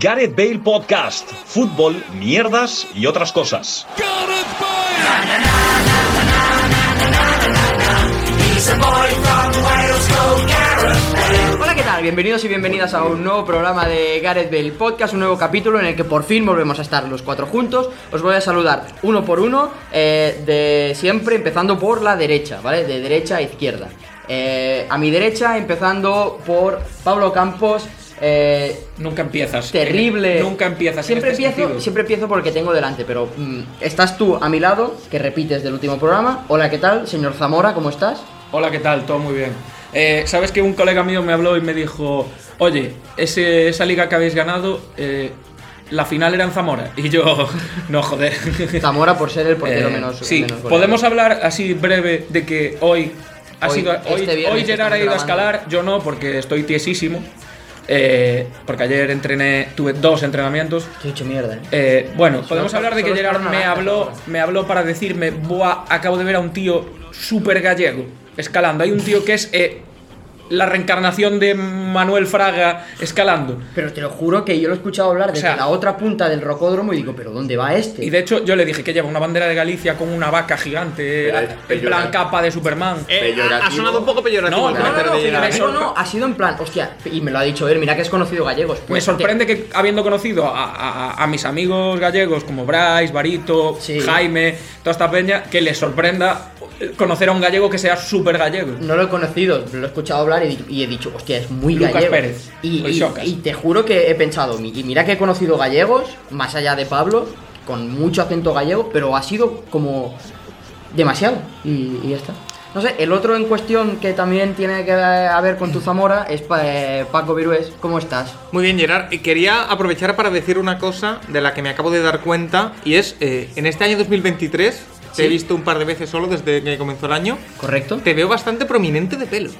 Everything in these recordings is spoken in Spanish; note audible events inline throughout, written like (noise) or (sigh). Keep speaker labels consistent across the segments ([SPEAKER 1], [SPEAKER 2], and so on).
[SPEAKER 1] Gareth Bale Podcast, fútbol, mierdas y otras cosas.
[SPEAKER 2] Hola, ¿qué tal? Bienvenidos y bienvenidas a un nuevo programa de Gareth Bale Podcast, un nuevo capítulo en el que por fin volvemos a estar los cuatro juntos. Os voy a saludar uno por uno, eh, de siempre empezando por la derecha, ¿vale? De derecha a izquierda. Eh, a mi derecha, empezando por Pablo Campos. eh,
[SPEAKER 3] Nunca empiezas.
[SPEAKER 2] terrible.
[SPEAKER 3] Nunca empiezas. en
[SPEAKER 2] Siempre
[SPEAKER 3] este
[SPEAKER 2] empiezo,
[SPEAKER 3] sentido.
[SPEAKER 2] siempre empiezo porque tengo delante, pero mm, estás tú a mi lado, que repites del último programa. Hola, ¿qué tal? Señor Zamora, ¿cómo estás?
[SPEAKER 3] Hola, ¿qué tal? Todo muy bien. Eh, Sabes que un colega mío me habló y me dijo, oye, ese- esa liga que habéis ganado, eh, la final era en Zamora. Y yo,
[SPEAKER 2] (laughs)
[SPEAKER 3] no, joder.
[SPEAKER 2] Zamora por ser el portero
[SPEAKER 3] Eh,
[SPEAKER 2] menos.
[SPEAKER 3] sí,
[SPEAKER 2] menos goleador.
[SPEAKER 3] podemos hablar así breve de que hoy ha
[SPEAKER 2] Hoy,
[SPEAKER 3] sido
[SPEAKER 2] este
[SPEAKER 3] hoy,
[SPEAKER 2] viernes
[SPEAKER 3] hoy
[SPEAKER 2] que
[SPEAKER 3] Gerard ha
[SPEAKER 2] estamos
[SPEAKER 3] ido a
[SPEAKER 2] grabando.
[SPEAKER 3] escalar, yo no porque estoy tiesísimo. eh, porque ayer entrené, tuve dos entrenamientos
[SPEAKER 2] Te he hecho mierda, ¿eh?
[SPEAKER 3] Eh, bueno, podemos
[SPEAKER 2] Solo-
[SPEAKER 3] hablar de que
[SPEAKER 2] solo
[SPEAKER 3] Gerard
[SPEAKER 2] espero una
[SPEAKER 3] me
[SPEAKER 2] lata,
[SPEAKER 3] habló,
[SPEAKER 2] por favor.
[SPEAKER 3] me habló para decirme, Buah, acabo de ver a un tío súper gallego escalando. Hay un tío que es eh, la reencarnación de Manuel Fraga escalando.
[SPEAKER 2] Pero te lo juro que yo lo he escuchado hablar desde
[SPEAKER 3] sea-
[SPEAKER 2] la otra punta del rocódromo y digo, ¿pero dónde va este?
[SPEAKER 3] Y de hecho yo le dije que lleva una bandera de Galicia con una vaca gigante,
[SPEAKER 4] Pero es
[SPEAKER 3] eh, en plan
[SPEAKER 4] peyorativo.
[SPEAKER 3] capa de Superman.
[SPEAKER 5] Eh, ha, ha
[SPEAKER 4] Peyorativo.
[SPEAKER 5] sonado un poco peyorativo.
[SPEAKER 3] No,
[SPEAKER 5] el
[SPEAKER 2] no, no,
[SPEAKER 5] carácter
[SPEAKER 2] no,
[SPEAKER 5] de
[SPEAKER 2] no,
[SPEAKER 5] Gerard. ¿eh?
[SPEAKER 3] me
[SPEAKER 2] no, no, ha sido en plan, hostia, y me lo ha dicho él, mira que es conocido gallegos.
[SPEAKER 3] Me
[SPEAKER 2] pues,
[SPEAKER 3] sorprende que habiendo conocido a, a- a mis amigos gallegos como Bryce, Barito,
[SPEAKER 2] Sí.
[SPEAKER 3] Jaime, toda esta peña, que les sorprenda conocer a un gallego que sea súper gallego.
[SPEAKER 2] te- No lo he conocido, lo he escuchado hablar y, y he dicho, hostia, es muy
[SPEAKER 3] Lucas
[SPEAKER 2] gallego.
[SPEAKER 3] Pérez,
[SPEAKER 2] y,
[SPEAKER 3] el
[SPEAKER 2] y-
[SPEAKER 3] Xocas.
[SPEAKER 2] y te juro que he pensado, mi- y mira que he conocido gallegos, más allá de Pablo, con mucho acento gallego, pero ha sido como demasiado. Y, y ya está. No sé, el otro en cuestión que también tiene que ver con tu Zamora es pa- eh, Paco Virués. ¿Cómo estás?
[SPEAKER 5] Muy bien, Gerard. Y quería aprovechar para decir una cosa de la que me acabo de dar cuenta. Y es, eh, en este año 2023,
[SPEAKER 2] Sí.
[SPEAKER 5] te he visto un par de veces solo desde que comenzó el año.
[SPEAKER 2] ¿Correcto?
[SPEAKER 5] Te veo bastante prominente de pelo.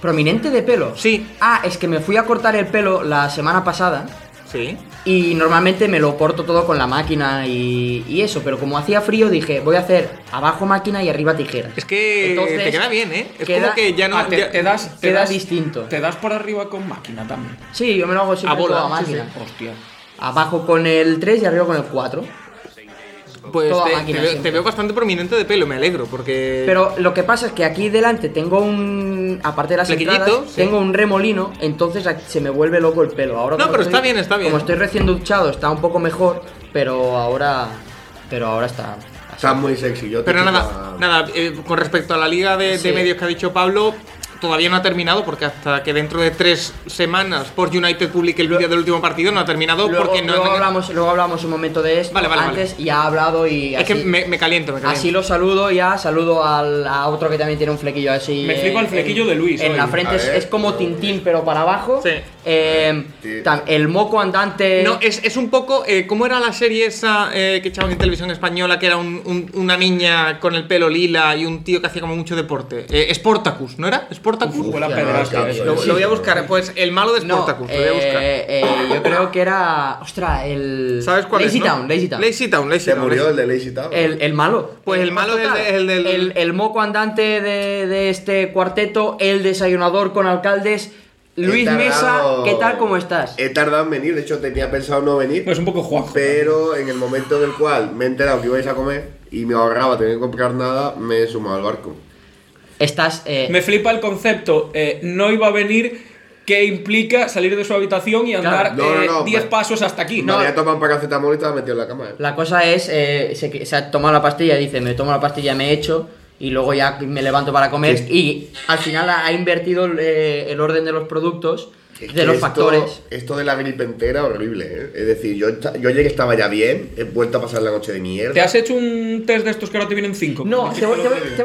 [SPEAKER 2] ¿Prominente de pelo?
[SPEAKER 5] Sí.
[SPEAKER 2] Ah, es que me fui a cortar el pelo la semana pasada
[SPEAKER 5] Sí.
[SPEAKER 2] y normalmente me lo corto todo con la máquina y, y eso, pero como hacía frío dije, voy a hacer abajo máquina y arriba tijera.
[SPEAKER 5] Es que
[SPEAKER 2] Entonces,
[SPEAKER 5] te queda bien, ¿eh? Es
[SPEAKER 2] queda-
[SPEAKER 5] como que ya no.
[SPEAKER 3] Ah, te,
[SPEAKER 5] ya-
[SPEAKER 3] te das, te
[SPEAKER 2] queda
[SPEAKER 3] das-
[SPEAKER 2] distinto.
[SPEAKER 3] Te das por arriba con máquina también.
[SPEAKER 2] Sí, yo me lo hago siempre todo a máquina.
[SPEAKER 3] Hostia.
[SPEAKER 2] Abajo con el 3 y arriba con el 4.
[SPEAKER 5] pues
[SPEAKER 2] toda
[SPEAKER 5] te, te
[SPEAKER 2] máquina
[SPEAKER 5] veo,
[SPEAKER 2] siempre.
[SPEAKER 5] te veo bastante prominente de pelo, me alegro, porque.
[SPEAKER 2] Pero lo que pasa es que aquí delante tengo un... Aparte de las
[SPEAKER 5] Flequillito,
[SPEAKER 2] entradas,
[SPEAKER 5] sí.
[SPEAKER 2] tengo un remolino, entonces a- se me vuelve loco el pelo. Ahora
[SPEAKER 5] No,
[SPEAKER 2] como
[SPEAKER 5] pero está bien, está bien.
[SPEAKER 2] Como estoy recién duchado, está un poco mejor, pero ahora... Pero ahora está... así.
[SPEAKER 4] Está muy sexy. Yo te
[SPEAKER 5] Pero
[SPEAKER 4] chupa-
[SPEAKER 5] nada, nada eh, con respecto a la liga de, de
[SPEAKER 2] Sí.
[SPEAKER 5] medios que ha dicho Pablo, todavía no ha terminado porque hasta que dentro de tres semanas Sport United publique el vídeo del último partido no ha terminado
[SPEAKER 2] Luego,
[SPEAKER 5] porque no...
[SPEAKER 2] luego
[SPEAKER 5] no-
[SPEAKER 2] hablamos, luego hablamos un momento de esto.
[SPEAKER 5] Vale, vale, vale.
[SPEAKER 2] Antes ya ha hablado y
[SPEAKER 5] es
[SPEAKER 2] así,
[SPEAKER 5] que me, me caliento, me caliento.
[SPEAKER 2] así lo saludo ya. Saludo al, a otro que también tiene un flequillo así.
[SPEAKER 3] Me flipa el
[SPEAKER 2] en-
[SPEAKER 3] flequillo de Luis
[SPEAKER 2] En
[SPEAKER 3] hoy.
[SPEAKER 2] la frente
[SPEAKER 4] A
[SPEAKER 2] es,
[SPEAKER 4] ver.
[SPEAKER 2] es como Tintín, pero para abajo.
[SPEAKER 5] Sí.
[SPEAKER 2] Eh,
[SPEAKER 4] Sí.
[SPEAKER 2] tam- el moco andante.
[SPEAKER 5] No, es, es un poco... eh, ¿Cómo era la serie esa eh, que echaban en televisión española que era un- un- una niña con el pelo lila y un tío que hacía como mucho deporte? Eh, Sportacus, ¿no era? Sportacus.
[SPEAKER 3] Fue la
[SPEAKER 4] Hostia,
[SPEAKER 3] pederastia
[SPEAKER 4] no,
[SPEAKER 3] eso. eh.
[SPEAKER 4] cabrón.
[SPEAKER 5] Lo,
[SPEAKER 4] Sí,
[SPEAKER 5] lo voy a
[SPEAKER 4] pero-
[SPEAKER 5] buscar, pues el malo de
[SPEAKER 2] No,
[SPEAKER 5] Sportacus, lo voy a buscar.
[SPEAKER 2] eh, eh, yo creo que era. Ostras, el.
[SPEAKER 5] ¿Sabes cuál
[SPEAKER 2] Lazy
[SPEAKER 5] es? no?
[SPEAKER 2] Town, Lazy Town.
[SPEAKER 5] Lazy Town, Lazy
[SPEAKER 4] Se
[SPEAKER 5] Town, Lazy
[SPEAKER 4] murió el de Lazy Town.
[SPEAKER 2] El, el malo.
[SPEAKER 5] Pues el malo es el de- el del-
[SPEAKER 2] El, el moco andante de, de este cuarteto, el desayunador con alcaldes.
[SPEAKER 4] He
[SPEAKER 2] Luis
[SPEAKER 4] tardado-
[SPEAKER 2] Mesa, ¿qué tal? ¿Cómo estás?
[SPEAKER 4] He tardado en venir. De hecho, tenía pensado no venir.
[SPEAKER 3] Pues un poco Juanjo.
[SPEAKER 4] Pero en el momento en el cual me he enterado que ibais a comer y me ahorraba tener que comprar nada, me he sumado al barco.
[SPEAKER 2] Estás. eh,
[SPEAKER 3] Me flipa el concepto. eh, no iba a venir que implica salir de su habitación y andar
[SPEAKER 4] No, no,
[SPEAKER 3] eh,
[SPEAKER 4] no,
[SPEAKER 3] 10
[SPEAKER 4] me-
[SPEAKER 3] pasos hasta aquí.
[SPEAKER 4] Me había tomado un paracetamol y estaba metido en la cama. ¿eh?
[SPEAKER 2] La cosa es, eh, se, se ha tomado la pastilla, dice, me tomo la pastilla, me echo y luego ya me levanto para comer
[SPEAKER 4] Sí.
[SPEAKER 2] y al final ha ha invertido eh, el orden de los productos,
[SPEAKER 4] Es
[SPEAKER 2] de
[SPEAKER 4] que
[SPEAKER 2] los
[SPEAKER 4] esto-
[SPEAKER 2] factores.
[SPEAKER 4] Esto de la gripe entera, horrible. ¿eh? Es decir, yo, esta- yo llegué estaba ya bien, he vuelto a pasar la noche de mierda.
[SPEAKER 3] ¿Te has hecho un test de estos que ahora te vienen 5?
[SPEAKER 2] No, te voy, te voy- te voy a decir...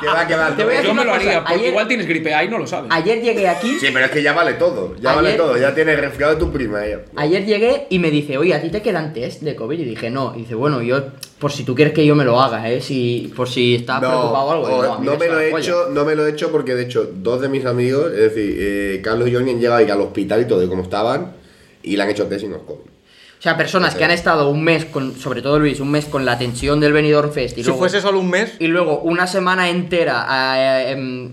[SPEAKER 4] Que va, que
[SPEAKER 2] (laughs)
[SPEAKER 4] va,
[SPEAKER 2] Te voy a
[SPEAKER 4] no.
[SPEAKER 3] Yo me lo
[SPEAKER 2] cosa,
[SPEAKER 3] haría, porque
[SPEAKER 2] ayer-
[SPEAKER 3] igual tienes gripe ahí, no lo sabes.
[SPEAKER 2] Ayer llegué aquí,
[SPEAKER 4] Sí, pero es que ya vale todo, ya vale
[SPEAKER 2] Ayer-
[SPEAKER 4] todo, ya tienes resfriado de tu prima. Ya.
[SPEAKER 2] ayer llegué y me dice, oye, ¿a ti te quedan test de COVID? Y dije, no. Y dice, bueno, yo, por si tú quieres que yo me lo haga, ¿eh? Si, por si estás preocupado o algo. Y
[SPEAKER 4] o-
[SPEAKER 2] a mí
[SPEAKER 4] no
[SPEAKER 2] me
[SPEAKER 4] me
[SPEAKER 2] suda
[SPEAKER 4] lo he
[SPEAKER 2] la polla.
[SPEAKER 4] hecho, no me lo he hecho porque de hecho dos de mis amigos, es decir, eh, Carlos y Johnny han llegado ahí al hospital y todo de cómo estaban y le han hecho test y no es COVID.
[SPEAKER 2] O sea, personas que han estado un mes con, sobre todo Luis, un mes con la tensión del Benidorm Fest y
[SPEAKER 5] Si
[SPEAKER 2] luego...
[SPEAKER 5] fuese solo un mes...
[SPEAKER 2] y luego una semana entera eh, em,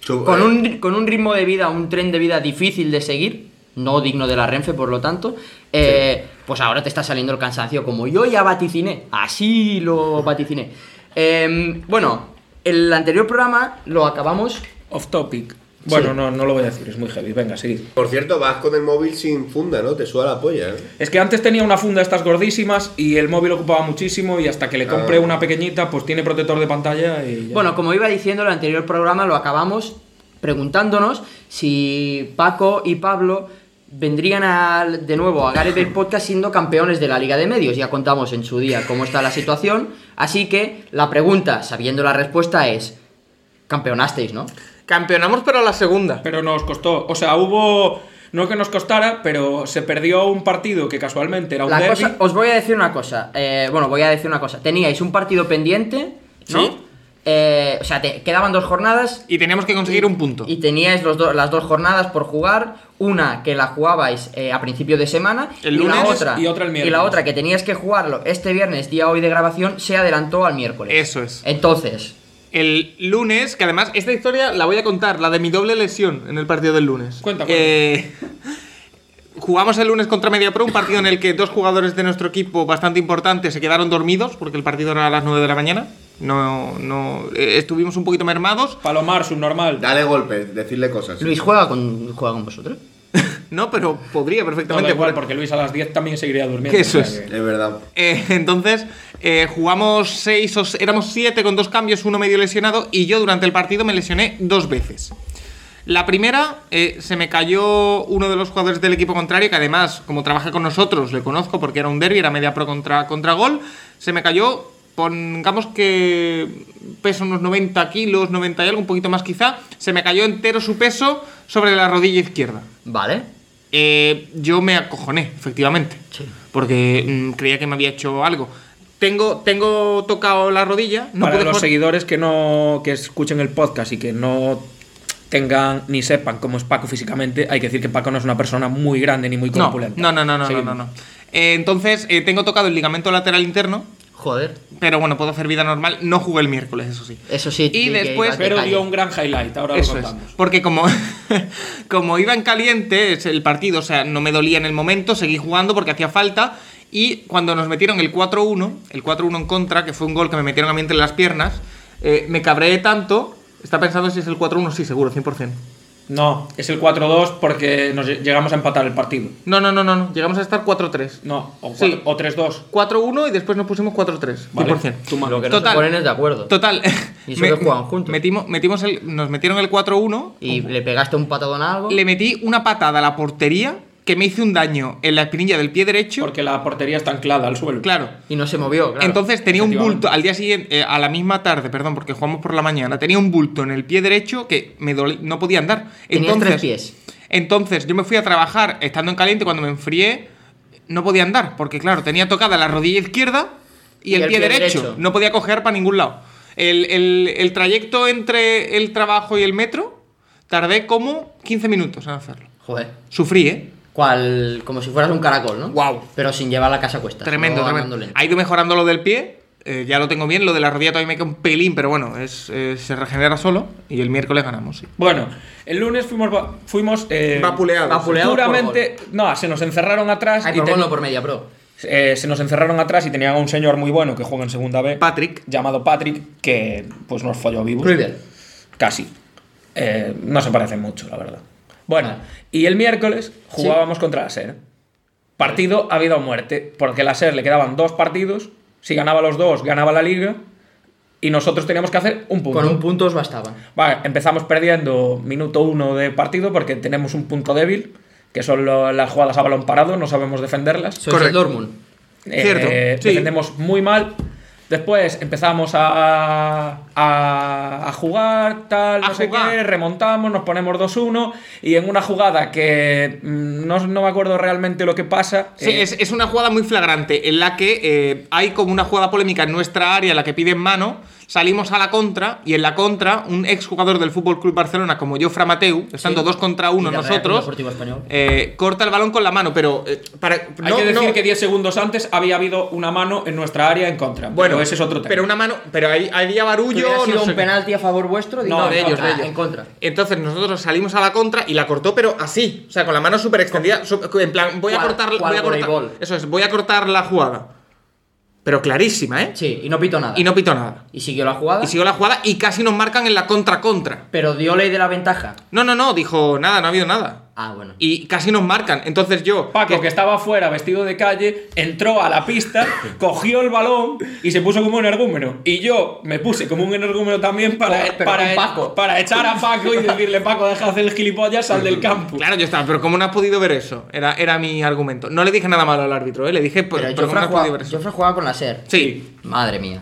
[SPEAKER 4] Su-
[SPEAKER 2] con,
[SPEAKER 4] eh,
[SPEAKER 2] un, con un ritmo de vida, un tren de vida difícil de seguir, no digno de la Renfe, por lo tanto, eh, pues ahora te está saliendo el cansancio, como yo ya vaticiné, así lo vaticiné. Em, bueno, el anterior programa lo acabamos
[SPEAKER 3] Off topic. Bueno, no, no lo voy a decir, es muy heavy. Venga, seguid.
[SPEAKER 4] Por cierto, vas con el móvil sin funda, ¿no? Te suda la polla, ¿eh?
[SPEAKER 3] Es que antes tenía una funda de estas gordísimas y el móvil ocupaba muchísimo y hasta que le compré
[SPEAKER 4] Ah.
[SPEAKER 3] una pequeñita, pues tiene protector de pantalla y ya.
[SPEAKER 2] Bueno, como iba diciendo, el anterior programa lo acabamos preguntándonos si Paco y Pablo vendrían al- de nuevo a Gareth Bale Podcast siendo campeones de la Liga de Medios. Ya contamos en su día cómo está la situación. Así que la pregunta, sabiendo la respuesta, es: campeonasteis, ¿no?
[SPEAKER 5] Campeonamos, pero a la segunda.
[SPEAKER 3] Pero nos costó, o sea, hubo... No que nos costara, pero se perdió un partido que casualmente era un
[SPEAKER 2] La
[SPEAKER 3] derbi.
[SPEAKER 2] cosa- os voy a decir una cosa. eh, bueno, voy a decir una cosa. Teníais un partido pendiente, ¿no?
[SPEAKER 5] Sí.
[SPEAKER 2] Eh, o sea, te quedaban dos jornadas.
[SPEAKER 5] Y teníamos que conseguir un punto.
[SPEAKER 2] Y teníais los do- las dos jornadas por jugar. Una que la jugabais eh, a principio de semana.
[SPEAKER 5] El
[SPEAKER 2] y la
[SPEAKER 5] lunes
[SPEAKER 2] otra,
[SPEAKER 3] y otra el miércoles.
[SPEAKER 2] la otra que tenías que jugarlo este viernes, día hoy de grabación, se adelantó al miércoles.
[SPEAKER 5] Eso es.
[SPEAKER 2] Entonces,
[SPEAKER 5] El lunes, que además esta historia la voy a contar, la de mi doble lesión en el partido del lunes.
[SPEAKER 3] Cuenta, cuenta.
[SPEAKER 5] Eh, jugamos el lunes contra MediaPro, un partido en el que dos jugadores de nuestro equipo bastante importantes se quedaron dormidos porque el partido era a las 9 de la mañana. No, no, eh, estuvimos un poquito mermados.
[SPEAKER 3] Palomar, subnormal.
[SPEAKER 4] Dale golpes, decirle cosas.
[SPEAKER 2] Luis juega con, juega con vosotros.
[SPEAKER 5] No, pero podría
[SPEAKER 3] No, da
[SPEAKER 5] perfectamente.
[SPEAKER 3] igual,
[SPEAKER 5] por-
[SPEAKER 3] porque Luis a las 10 también seguiría durmiendo.
[SPEAKER 5] Eso
[SPEAKER 3] o sea
[SPEAKER 5] es.
[SPEAKER 3] que-
[SPEAKER 4] Es verdad.
[SPEAKER 5] Eh, (laughs) entonces, eh, jugamos seis o s- éramos siete con dos cambios, uno medio lesionado, y yo durante el partido me lesioné dos veces. La primera, eh, se me cayó uno de los jugadores del equipo contrario, que además, como trabaja con nosotros, le conozco porque era un derby, era media pro contra, contra gol, se me cayó, pongamos que peso unos 90 kilos, 90 y algo, un poquito más quizá, se me cayó entero su peso sobre la rodilla izquierda.
[SPEAKER 2] Vale.
[SPEAKER 5] Eh, yo me acojoné, efectivamente.
[SPEAKER 2] Sí.
[SPEAKER 5] Porque mm, creía que me había hecho algo. Tengo, tengo tocado la rodilla. No
[SPEAKER 3] Para
[SPEAKER 5] pude
[SPEAKER 3] los
[SPEAKER 5] jugar-
[SPEAKER 3] seguidores que no que escuchen el podcast y que no tengan ni sepan cómo es Paco físicamente, hay que decir que Paco no es una persona muy grande ni muy
[SPEAKER 5] no,
[SPEAKER 3] corpulenta.
[SPEAKER 5] no, no, no, no, no,
[SPEAKER 3] Seguimos.
[SPEAKER 5] no, no. Eh, entonces, eh, tengo tocado el ligamento lateral interno,
[SPEAKER 2] Joder.
[SPEAKER 5] pero bueno, puedo hacer vida normal. No jugué el miércoles, eso sí.
[SPEAKER 2] Eso sí.
[SPEAKER 5] Y
[SPEAKER 2] que- que
[SPEAKER 5] después-
[SPEAKER 2] ibas de
[SPEAKER 3] Pero
[SPEAKER 2] calle.
[SPEAKER 3] dio un gran highlight, ahora
[SPEAKER 5] Eso
[SPEAKER 3] lo
[SPEAKER 5] es.
[SPEAKER 3] contamos.
[SPEAKER 5] Porque como, (laughs) como iba en caliente es el partido, o sea, no me dolía en el momento, seguí jugando porque hacía falta. Y cuando nos metieron el 4-1, el 4-1 en contra, que fue un gol que me metieron a mí entre las piernas, eh, me cabreé tanto. Está pensando si es el 4-1, sí, seguro, 100%.
[SPEAKER 3] No, es el 4-2 porque nos lle- llegamos a empatar el partido.
[SPEAKER 5] No, no, no, no, no, llegamos a estar 4-3.
[SPEAKER 3] No, o,
[SPEAKER 5] Sí.
[SPEAKER 3] cuatro- o 3-2.
[SPEAKER 5] 4-1 y después nos pusimos 4-3, 100%.
[SPEAKER 3] Vale, tú mano.
[SPEAKER 2] Lo que no se
[SPEAKER 5] Total.
[SPEAKER 2] ponen es de acuerdo.
[SPEAKER 5] Total.
[SPEAKER 2] Y
[SPEAKER 5] (laughs)
[SPEAKER 2] eso que jugaban juntos.
[SPEAKER 5] Metimos, metimos el, nos metieron el 4-1
[SPEAKER 2] Y le pegaste un patadón a algo.
[SPEAKER 5] Le metí una patada a la portería que me hizo un daño en la espinilla del pie derecho.
[SPEAKER 3] Porque la portería está anclada al suelo.
[SPEAKER 5] claro.
[SPEAKER 2] Y no se movió, claro.
[SPEAKER 5] Entonces tenía un
[SPEAKER 3] efectivamente.
[SPEAKER 5] bulto al día siguiente, eh, a la misma tarde, perdón, porque jugamos por la mañana, tenía un bulto en el pie derecho que me doli- no podía andar.
[SPEAKER 2] Tenías
[SPEAKER 5] entonces,
[SPEAKER 2] tres pies.
[SPEAKER 5] Entonces yo me fui a trabajar estando en caliente, cuando me enfrié, no podía andar, porque claro, tenía tocada la rodilla izquierda y, el, pie, derecho.
[SPEAKER 2] derecho.
[SPEAKER 5] No podía coger para ningún lado. El, el- el trayecto entre el trabajo y el metro tardé como 15 minutos en hacerlo.
[SPEAKER 2] Joder.
[SPEAKER 5] Sufrí, ¿eh?
[SPEAKER 2] Cual, como si fueras un caracol, ¿no?
[SPEAKER 5] Guau.
[SPEAKER 2] Pero sin llevar la casa a cuestas.
[SPEAKER 5] Tremendo,
[SPEAKER 2] solo
[SPEAKER 5] tremendo.
[SPEAKER 2] andando lento.
[SPEAKER 5] Ha ido mejorando lo del pie, eh, ya lo tengo bien. Lo de la rodilla todavía me queda un pelín, pero bueno, es, eh, se regenera solo y el miércoles ganamos, sí.
[SPEAKER 3] Bueno, el lunes fuimos va- fuimos eh,
[SPEAKER 4] Vapuleados.
[SPEAKER 2] Vapuleados por
[SPEAKER 3] Duramente, no, se nos encerraron atrás
[SPEAKER 2] Ay,
[SPEAKER 3] y
[SPEAKER 2] por
[SPEAKER 3] te-
[SPEAKER 2] gol, no por media pro.
[SPEAKER 3] Eh, se nos encerraron atrás y tenían a un señor muy bueno que juega en segunda B.
[SPEAKER 5] Patrick.
[SPEAKER 3] Llamado Patrick, que pues nos folló vivos.
[SPEAKER 2] Muy bien.
[SPEAKER 3] Casi. Eh, no se parecen mucho, la verdad. Bueno, y el miércoles jugábamos contra la SER. Partido ha habido muerte, porque la SER le quedaban dos partidos. Si ganaba los dos, ganaba la liga. Y nosotros teníamos que hacer un punto.
[SPEAKER 2] Con un punto os bastaba.
[SPEAKER 3] Vale, empezamos perdiendo minuto uno de partido porque tenemos un punto débil, que son lo- las jugadas a balón parado, no sabemos defenderlas.
[SPEAKER 2] Sois el
[SPEAKER 5] Correcto.
[SPEAKER 2] Dortmund.
[SPEAKER 5] Cierto,
[SPEAKER 3] Eh,
[SPEAKER 5] sí.
[SPEAKER 3] Defendemos muy mal. Después empezamos a, a, a jugar, tal,
[SPEAKER 5] A
[SPEAKER 3] no sé
[SPEAKER 5] jugar.
[SPEAKER 3] qué, remontamos, nos ponemos 2-1 y en una jugada que mm, no, no me acuerdo realmente lo que pasa.
[SPEAKER 5] Sí,
[SPEAKER 3] eh,
[SPEAKER 5] es, es una jugada muy flagrante en la que eh, hay como una jugada polémica en nuestra área, en la que piden mano, salimos a la contra y en la contra un exjugador del Fútbol Club Barcelona como Jofra Mateu, estando
[SPEAKER 2] Sí.
[SPEAKER 5] dos contra uno
[SPEAKER 2] Y la Real
[SPEAKER 5] nosotros,
[SPEAKER 2] Deportivo Español.
[SPEAKER 5] eh, corta el balón con la mano, pero eh, para,
[SPEAKER 3] Hay
[SPEAKER 5] no-
[SPEAKER 3] que decir
[SPEAKER 5] no-
[SPEAKER 3] que 10 segundos antes había habido una mano en nuestra área en contra.
[SPEAKER 5] Bueno,
[SPEAKER 3] pero ese es otro tema.
[SPEAKER 5] Pero una mano. Pero ahí había
[SPEAKER 2] Si
[SPEAKER 5] barullo.
[SPEAKER 2] hubiera sido
[SPEAKER 5] no
[SPEAKER 2] un
[SPEAKER 5] sé qué.
[SPEAKER 2] penalti a favor vuestro, digo,
[SPEAKER 3] No, de ellos,
[SPEAKER 2] ah,
[SPEAKER 3] de ellos.
[SPEAKER 2] en contra.
[SPEAKER 5] Entonces nosotros salimos a la contra y la cortó, pero así. O sea, con la mano súper extendida. sup- En plan, voy a
[SPEAKER 2] Cual-
[SPEAKER 5] cortar.
[SPEAKER 2] cual
[SPEAKER 5] Voy a cortar
[SPEAKER 2] voleibol.
[SPEAKER 5] eso es, voy a cortar la jugada. Pero clarísima, ¿eh?
[SPEAKER 2] Sí, y no pito nada.
[SPEAKER 5] Y no pitó nada.
[SPEAKER 2] Y siguió la jugada.
[SPEAKER 5] Y siguió la jugada y casi nos marcan en la contra-contra.
[SPEAKER 2] Pero dio ley de la ventaja.
[SPEAKER 5] No, no, no, dijo nada, no ha habido nada.
[SPEAKER 2] Ah, bueno.
[SPEAKER 5] Y casi nos marcan. Entonces yo.
[SPEAKER 3] Paco, que estaba afuera vestido de calle, entró a la pista, cogió el balón y se puso como un energúmeno. Y yo me puse como un energúmeno también para, e-
[SPEAKER 2] Pero
[SPEAKER 3] para,
[SPEAKER 2] con Paco.
[SPEAKER 3] para echar a Paco y decirle, Paco, deja de hacer el gilipollas, sal del campo.
[SPEAKER 5] Claro, yo estaba, pero ¿cómo no has podido ver eso? Era, era mi argumento. No le dije nada malo al árbitro, ¿eh? le dije, pero,
[SPEAKER 2] Pero
[SPEAKER 5] pero ¿cómo
[SPEAKER 2] Jofra
[SPEAKER 5] no has podido ver
[SPEAKER 2] jugaba,
[SPEAKER 5] eso?
[SPEAKER 2] Jofra jugaba con la SER.
[SPEAKER 5] Sí.
[SPEAKER 2] Madre mía.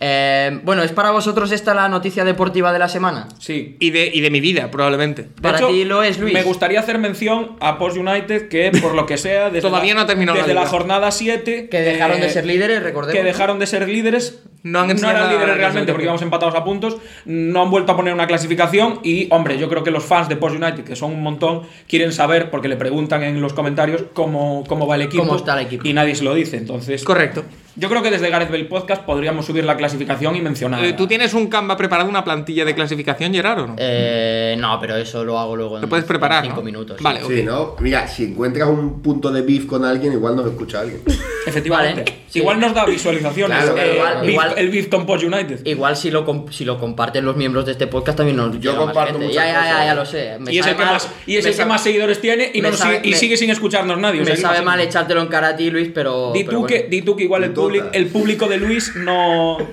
[SPEAKER 2] Eh, bueno, ¿es para vosotros esta la noticia deportiva de la semana?
[SPEAKER 3] Sí.
[SPEAKER 5] Y de, y de mi vida, probablemente.
[SPEAKER 3] De
[SPEAKER 2] Para ti lo es, Luis.
[SPEAKER 3] Me gustaría hacer mención a Post United, que por lo que sea, desde,
[SPEAKER 5] Todavía
[SPEAKER 3] la,
[SPEAKER 5] no ha terminado la
[SPEAKER 3] desde la,
[SPEAKER 5] liga.
[SPEAKER 3] jornada eh, 7.
[SPEAKER 2] Que dejaron de ser líderes, recordemos.
[SPEAKER 3] Que dejaron de ser líderes.
[SPEAKER 5] No han enseñado
[SPEAKER 3] eran
[SPEAKER 5] nada
[SPEAKER 3] líderes
[SPEAKER 5] de
[SPEAKER 3] realmente
[SPEAKER 5] clasificación.
[SPEAKER 3] porque íbamos empatados a puntos. No han vuelto a poner una clasificación. Y, hombre, yo creo que los fans de Post United, que son un montón, quieren saber, porque le preguntan en los comentarios cómo, cómo va el equipo.
[SPEAKER 2] Cómo está el equipo.
[SPEAKER 3] Y nadie se lo dice. Entonces,
[SPEAKER 5] Correcto.
[SPEAKER 3] yo creo que desde Gareth Bale Podcast podríamos subir la clasificación y mencionar.
[SPEAKER 5] Eh, ¿Tú tienes un Canva preparado, una plantilla de clasificación, Gerard, o no?
[SPEAKER 2] Eh, no, pero eso lo hago luego en
[SPEAKER 5] Lo puedes preparar,
[SPEAKER 2] cinco
[SPEAKER 5] ¿no?
[SPEAKER 2] minutos.
[SPEAKER 5] Vale.
[SPEAKER 4] Sí, ¿no? Mira, si encuentras un punto de beef con alguien, igual nos escucha alguien.
[SPEAKER 3] Efectivamente.
[SPEAKER 2] Vale, sí.
[SPEAKER 3] Igual nos da visualizaciones.
[SPEAKER 4] Claro,
[SPEAKER 3] eh,
[SPEAKER 4] igual-
[SPEAKER 3] Beef-
[SPEAKER 2] igual-
[SPEAKER 3] El Beef con Post United.
[SPEAKER 2] Igual si lo, com- si lo comparten los miembros de este podcast también nos llega más
[SPEAKER 4] comparto
[SPEAKER 2] gente.
[SPEAKER 4] muchas
[SPEAKER 2] ya, ya, ya,
[SPEAKER 4] cosas.
[SPEAKER 2] ya lo sé. Me
[SPEAKER 3] y es
[SPEAKER 2] sabe
[SPEAKER 3] el, que
[SPEAKER 2] mal-
[SPEAKER 3] más, y es
[SPEAKER 2] me
[SPEAKER 3] el que
[SPEAKER 2] sabe-
[SPEAKER 3] más seguidores tiene y,
[SPEAKER 2] me
[SPEAKER 3] no nos
[SPEAKER 2] sabe-
[SPEAKER 3] sigue, y
[SPEAKER 2] me-
[SPEAKER 3] sigue sin escucharnos nadie. o sea,
[SPEAKER 2] Me
[SPEAKER 3] es
[SPEAKER 2] sabe mal
[SPEAKER 3] imposible.
[SPEAKER 2] echártelo en cara a ti, Luis, pero.
[SPEAKER 3] Di
[SPEAKER 2] pero
[SPEAKER 3] tú,
[SPEAKER 2] bueno.
[SPEAKER 3] que, di tú que igual el,
[SPEAKER 4] Putotas.
[SPEAKER 3] public- el público de Luis no,
[SPEAKER 4] (laughs)
[SPEAKER 3] no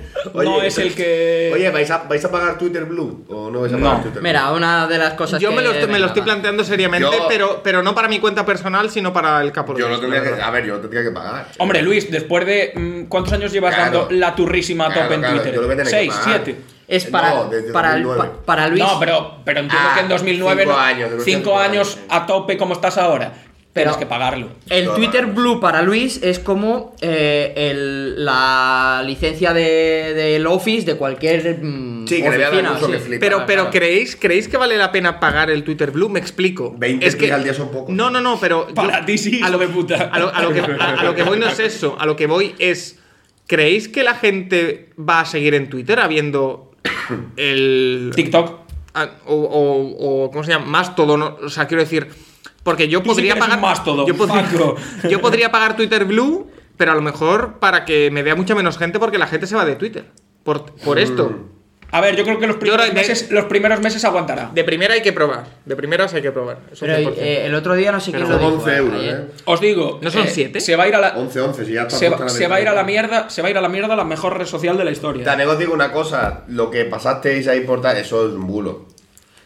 [SPEAKER 4] Oye,
[SPEAKER 3] es el que.
[SPEAKER 4] Oye, ¿vais a, ¿vais a pagar Twitter Blue? ¿O no vais a pagar
[SPEAKER 3] No.
[SPEAKER 4] Twitter
[SPEAKER 2] Mira, una de las cosas
[SPEAKER 5] Yo
[SPEAKER 2] que.
[SPEAKER 5] me lo, estoy- me
[SPEAKER 2] venga,
[SPEAKER 5] lo estoy
[SPEAKER 2] va.
[SPEAKER 5] planteando seriamente,
[SPEAKER 4] Yo-
[SPEAKER 5] pero, pero no para mi cuenta personal, sino para el capo
[SPEAKER 4] Blue?
[SPEAKER 5] de
[SPEAKER 4] Yo lo
[SPEAKER 5] Dios,
[SPEAKER 4] tendría
[SPEAKER 5] la
[SPEAKER 4] que.
[SPEAKER 5] verdad.
[SPEAKER 4] A ver, yo lo tendría que pagar.
[SPEAKER 3] Hombre, Luis, después de. mm, ¿Cuántos años llevas
[SPEAKER 4] Claro.
[SPEAKER 3] dando la turrísima a
[SPEAKER 4] Claro,
[SPEAKER 3] tope en
[SPEAKER 4] claro, yo lo voy a
[SPEAKER 3] Twitter?
[SPEAKER 4] tener que
[SPEAKER 3] ¿Seis?
[SPEAKER 4] pagar.
[SPEAKER 3] ¿Siete?
[SPEAKER 2] Es para,
[SPEAKER 4] No, desde
[SPEAKER 2] para, el-
[SPEAKER 4] 2009.
[SPEAKER 2] pa- para Luis.
[SPEAKER 3] No, pero, pero entiendo
[SPEAKER 4] Ah,
[SPEAKER 3] que en 2009.
[SPEAKER 4] cinco
[SPEAKER 3] no-
[SPEAKER 4] años, de los
[SPEAKER 3] cinco
[SPEAKER 4] cinco
[SPEAKER 3] años
[SPEAKER 4] años, sí.
[SPEAKER 3] a tope como estás ahora.
[SPEAKER 2] Pero-
[SPEAKER 3] Tienes que pagarlo.
[SPEAKER 2] El
[SPEAKER 4] Todo
[SPEAKER 2] Twitter
[SPEAKER 4] mal.
[SPEAKER 2] Blue para Luis es como eh, el- la licencia de- del Office de cualquier mm,
[SPEAKER 4] Sí, que le voy a dar
[SPEAKER 2] oficina,
[SPEAKER 4] uso
[SPEAKER 2] sí.
[SPEAKER 4] que flipa.
[SPEAKER 5] Pero, pero
[SPEAKER 2] claro.
[SPEAKER 5] ¿creéis, ¿creéis que vale la pena pagar el Twitter Blue? Me explico.
[SPEAKER 4] 20 gigas al día son pocos.
[SPEAKER 5] No, no, no, pero. yo-
[SPEAKER 3] Para ti sí,
[SPEAKER 5] A lo,
[SPEAKER 3] hijo de puta.
[SPEAKER 5] a lo- a lo que, a- a lo que voy no es eso. A lo que voy es. ¿Creéis que la gente va a seguir en Twitter habiendo el.
[SPEAKER 3] TikTok.
[SPEAKER 5] Ah, o, o, o, ¿cómo se llama? Mastodon, ¿no? o sea, quiero decir, porque yo
[SPEAKER 3] Tú sí
[SPEAKER 5] podría
[SPEAKER 3] que eres
[SPEAKER 5] pagar
[SPEAKER 3] un Mastodon,
[SPEAKER 5] yo podría,
[SPEAKER 3] Paco.
[SPEAKER 5] (laughs) yo podría pagar Twitter Blue, pero a lo mejor para que me vea mucha menos gente porque la gente se va de Twitter por,
[SPEAKER 3] Mm.
[SPEAKER 5] por esto.
[SPEAKER 3] A ver, yo creo que los primeros,
[SPEAKER 5] creo que-
[SPEAKER 3] meses, los primeros meses aguantará.
[SPEAKER 5] De primera hay que probar, de primeras hay que probar. eso
[SPEAKER 2] Pero
[SPEAKER 5] 100%.
[SPEAKER 2] eh, el otro día no sé quién
[SPEAKER 4] Pero
[SPEAKER 2] lo
[SPEAKER 4] son
[SPEAKER 2] dijo.
[SPEAKER 4] 11
[SPEAKER 2] eh,
[SPEAKER 4] euros,
[SPEAKER 2] ayer.
[SPEAKER 4] ¿eh?
[SPEAKER 3] Os digo,
[SPEAKER 5] ¿No son siete?
[SPEAKER 3] Se va a ir a la
[SPEAKER 4] 11, 11, si ya está
[SPEAKER 3] se, va,
[SPEAKER 4] puesta
[SPEAKER 3] se va a ir a la
[SPEAKER 4] venta.
[SPEAKER 3] mierda, se va a ir a la mierda la mejor red social de la historia.
[SPEAKER 4] También os digo una cosa, lo que pasasteis ahí por tal, eso es un bulo.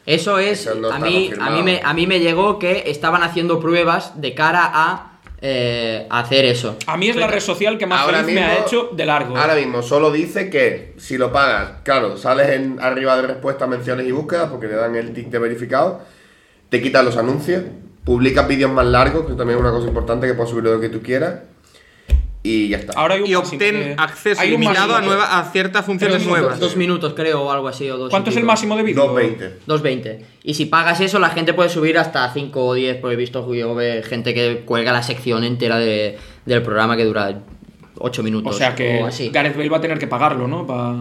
[SPEAKER 2] Eso es,
[SPEAKER 4] Eso no
[SPEAKER 2] a,
[SPEAKER 4] está
[SPEAKER 2] mí, a,
[SPEAKER 4] confirmado.
[SPEAKER 2] mí me, a mí me llegó que estaban haciendo pruebas de cara a eh, hacer eso.
[SPEAKER 3] A mí es la red social que más feliz me ha hecho de largo. eh.
[SPEAKER 4] Ahora mismo solo dice que si lo pagas, claro, sales en arriba de respuestas, menciones y búsquedas, porque le dan el tick de verificado, te quitan los anuncios, publicas vídeos más largos, que también es una cosa importante que puedes subir lo que tú quieras, y ya está.
[SPEAKER 3] Ahora eh, hay un
[SPEAKER 5] y
[SPEAKER 3] máximo de-
[SPEAKER 5] obtén acceso
[SPEAKER 3] hay un
[SPEAKER 5] limitado
[SPEAKER 3] máximo
[SPEAKER 5] a,
[SPEAKER 3] de-
[SPEAKER 5] nueva, a ciertas funciones
[SPEAKER 3] Pero son
[SPEAKER 5] nuevas.
[SPEAKER 2] Dos minutos creo o algo así. O dos
[SPEAKER 3] ¿Cuánto
[SPEAKER 2] y
[SPEAKER 3] es el
[SPEAKER 2] pico.
[SPEAKER 3] máximo de vídeo?
[SPEAKER 4] 2.20.
[SPEAKER 2] 2.20. Y si pagas eso, la gente puede subir hasta 5 o 10, porque he visto yo ve gente que cuelga la sección entera de- del programa que dura 8
[SPEAKER 3] O
[SPEAKER 2] minutos.
[SPEAKER 3] sea que
[SPEAKER 2] Oh, así.
[SPEAKER 3] Gareth Bale va a tener que pagarlo, ¿no? Pa-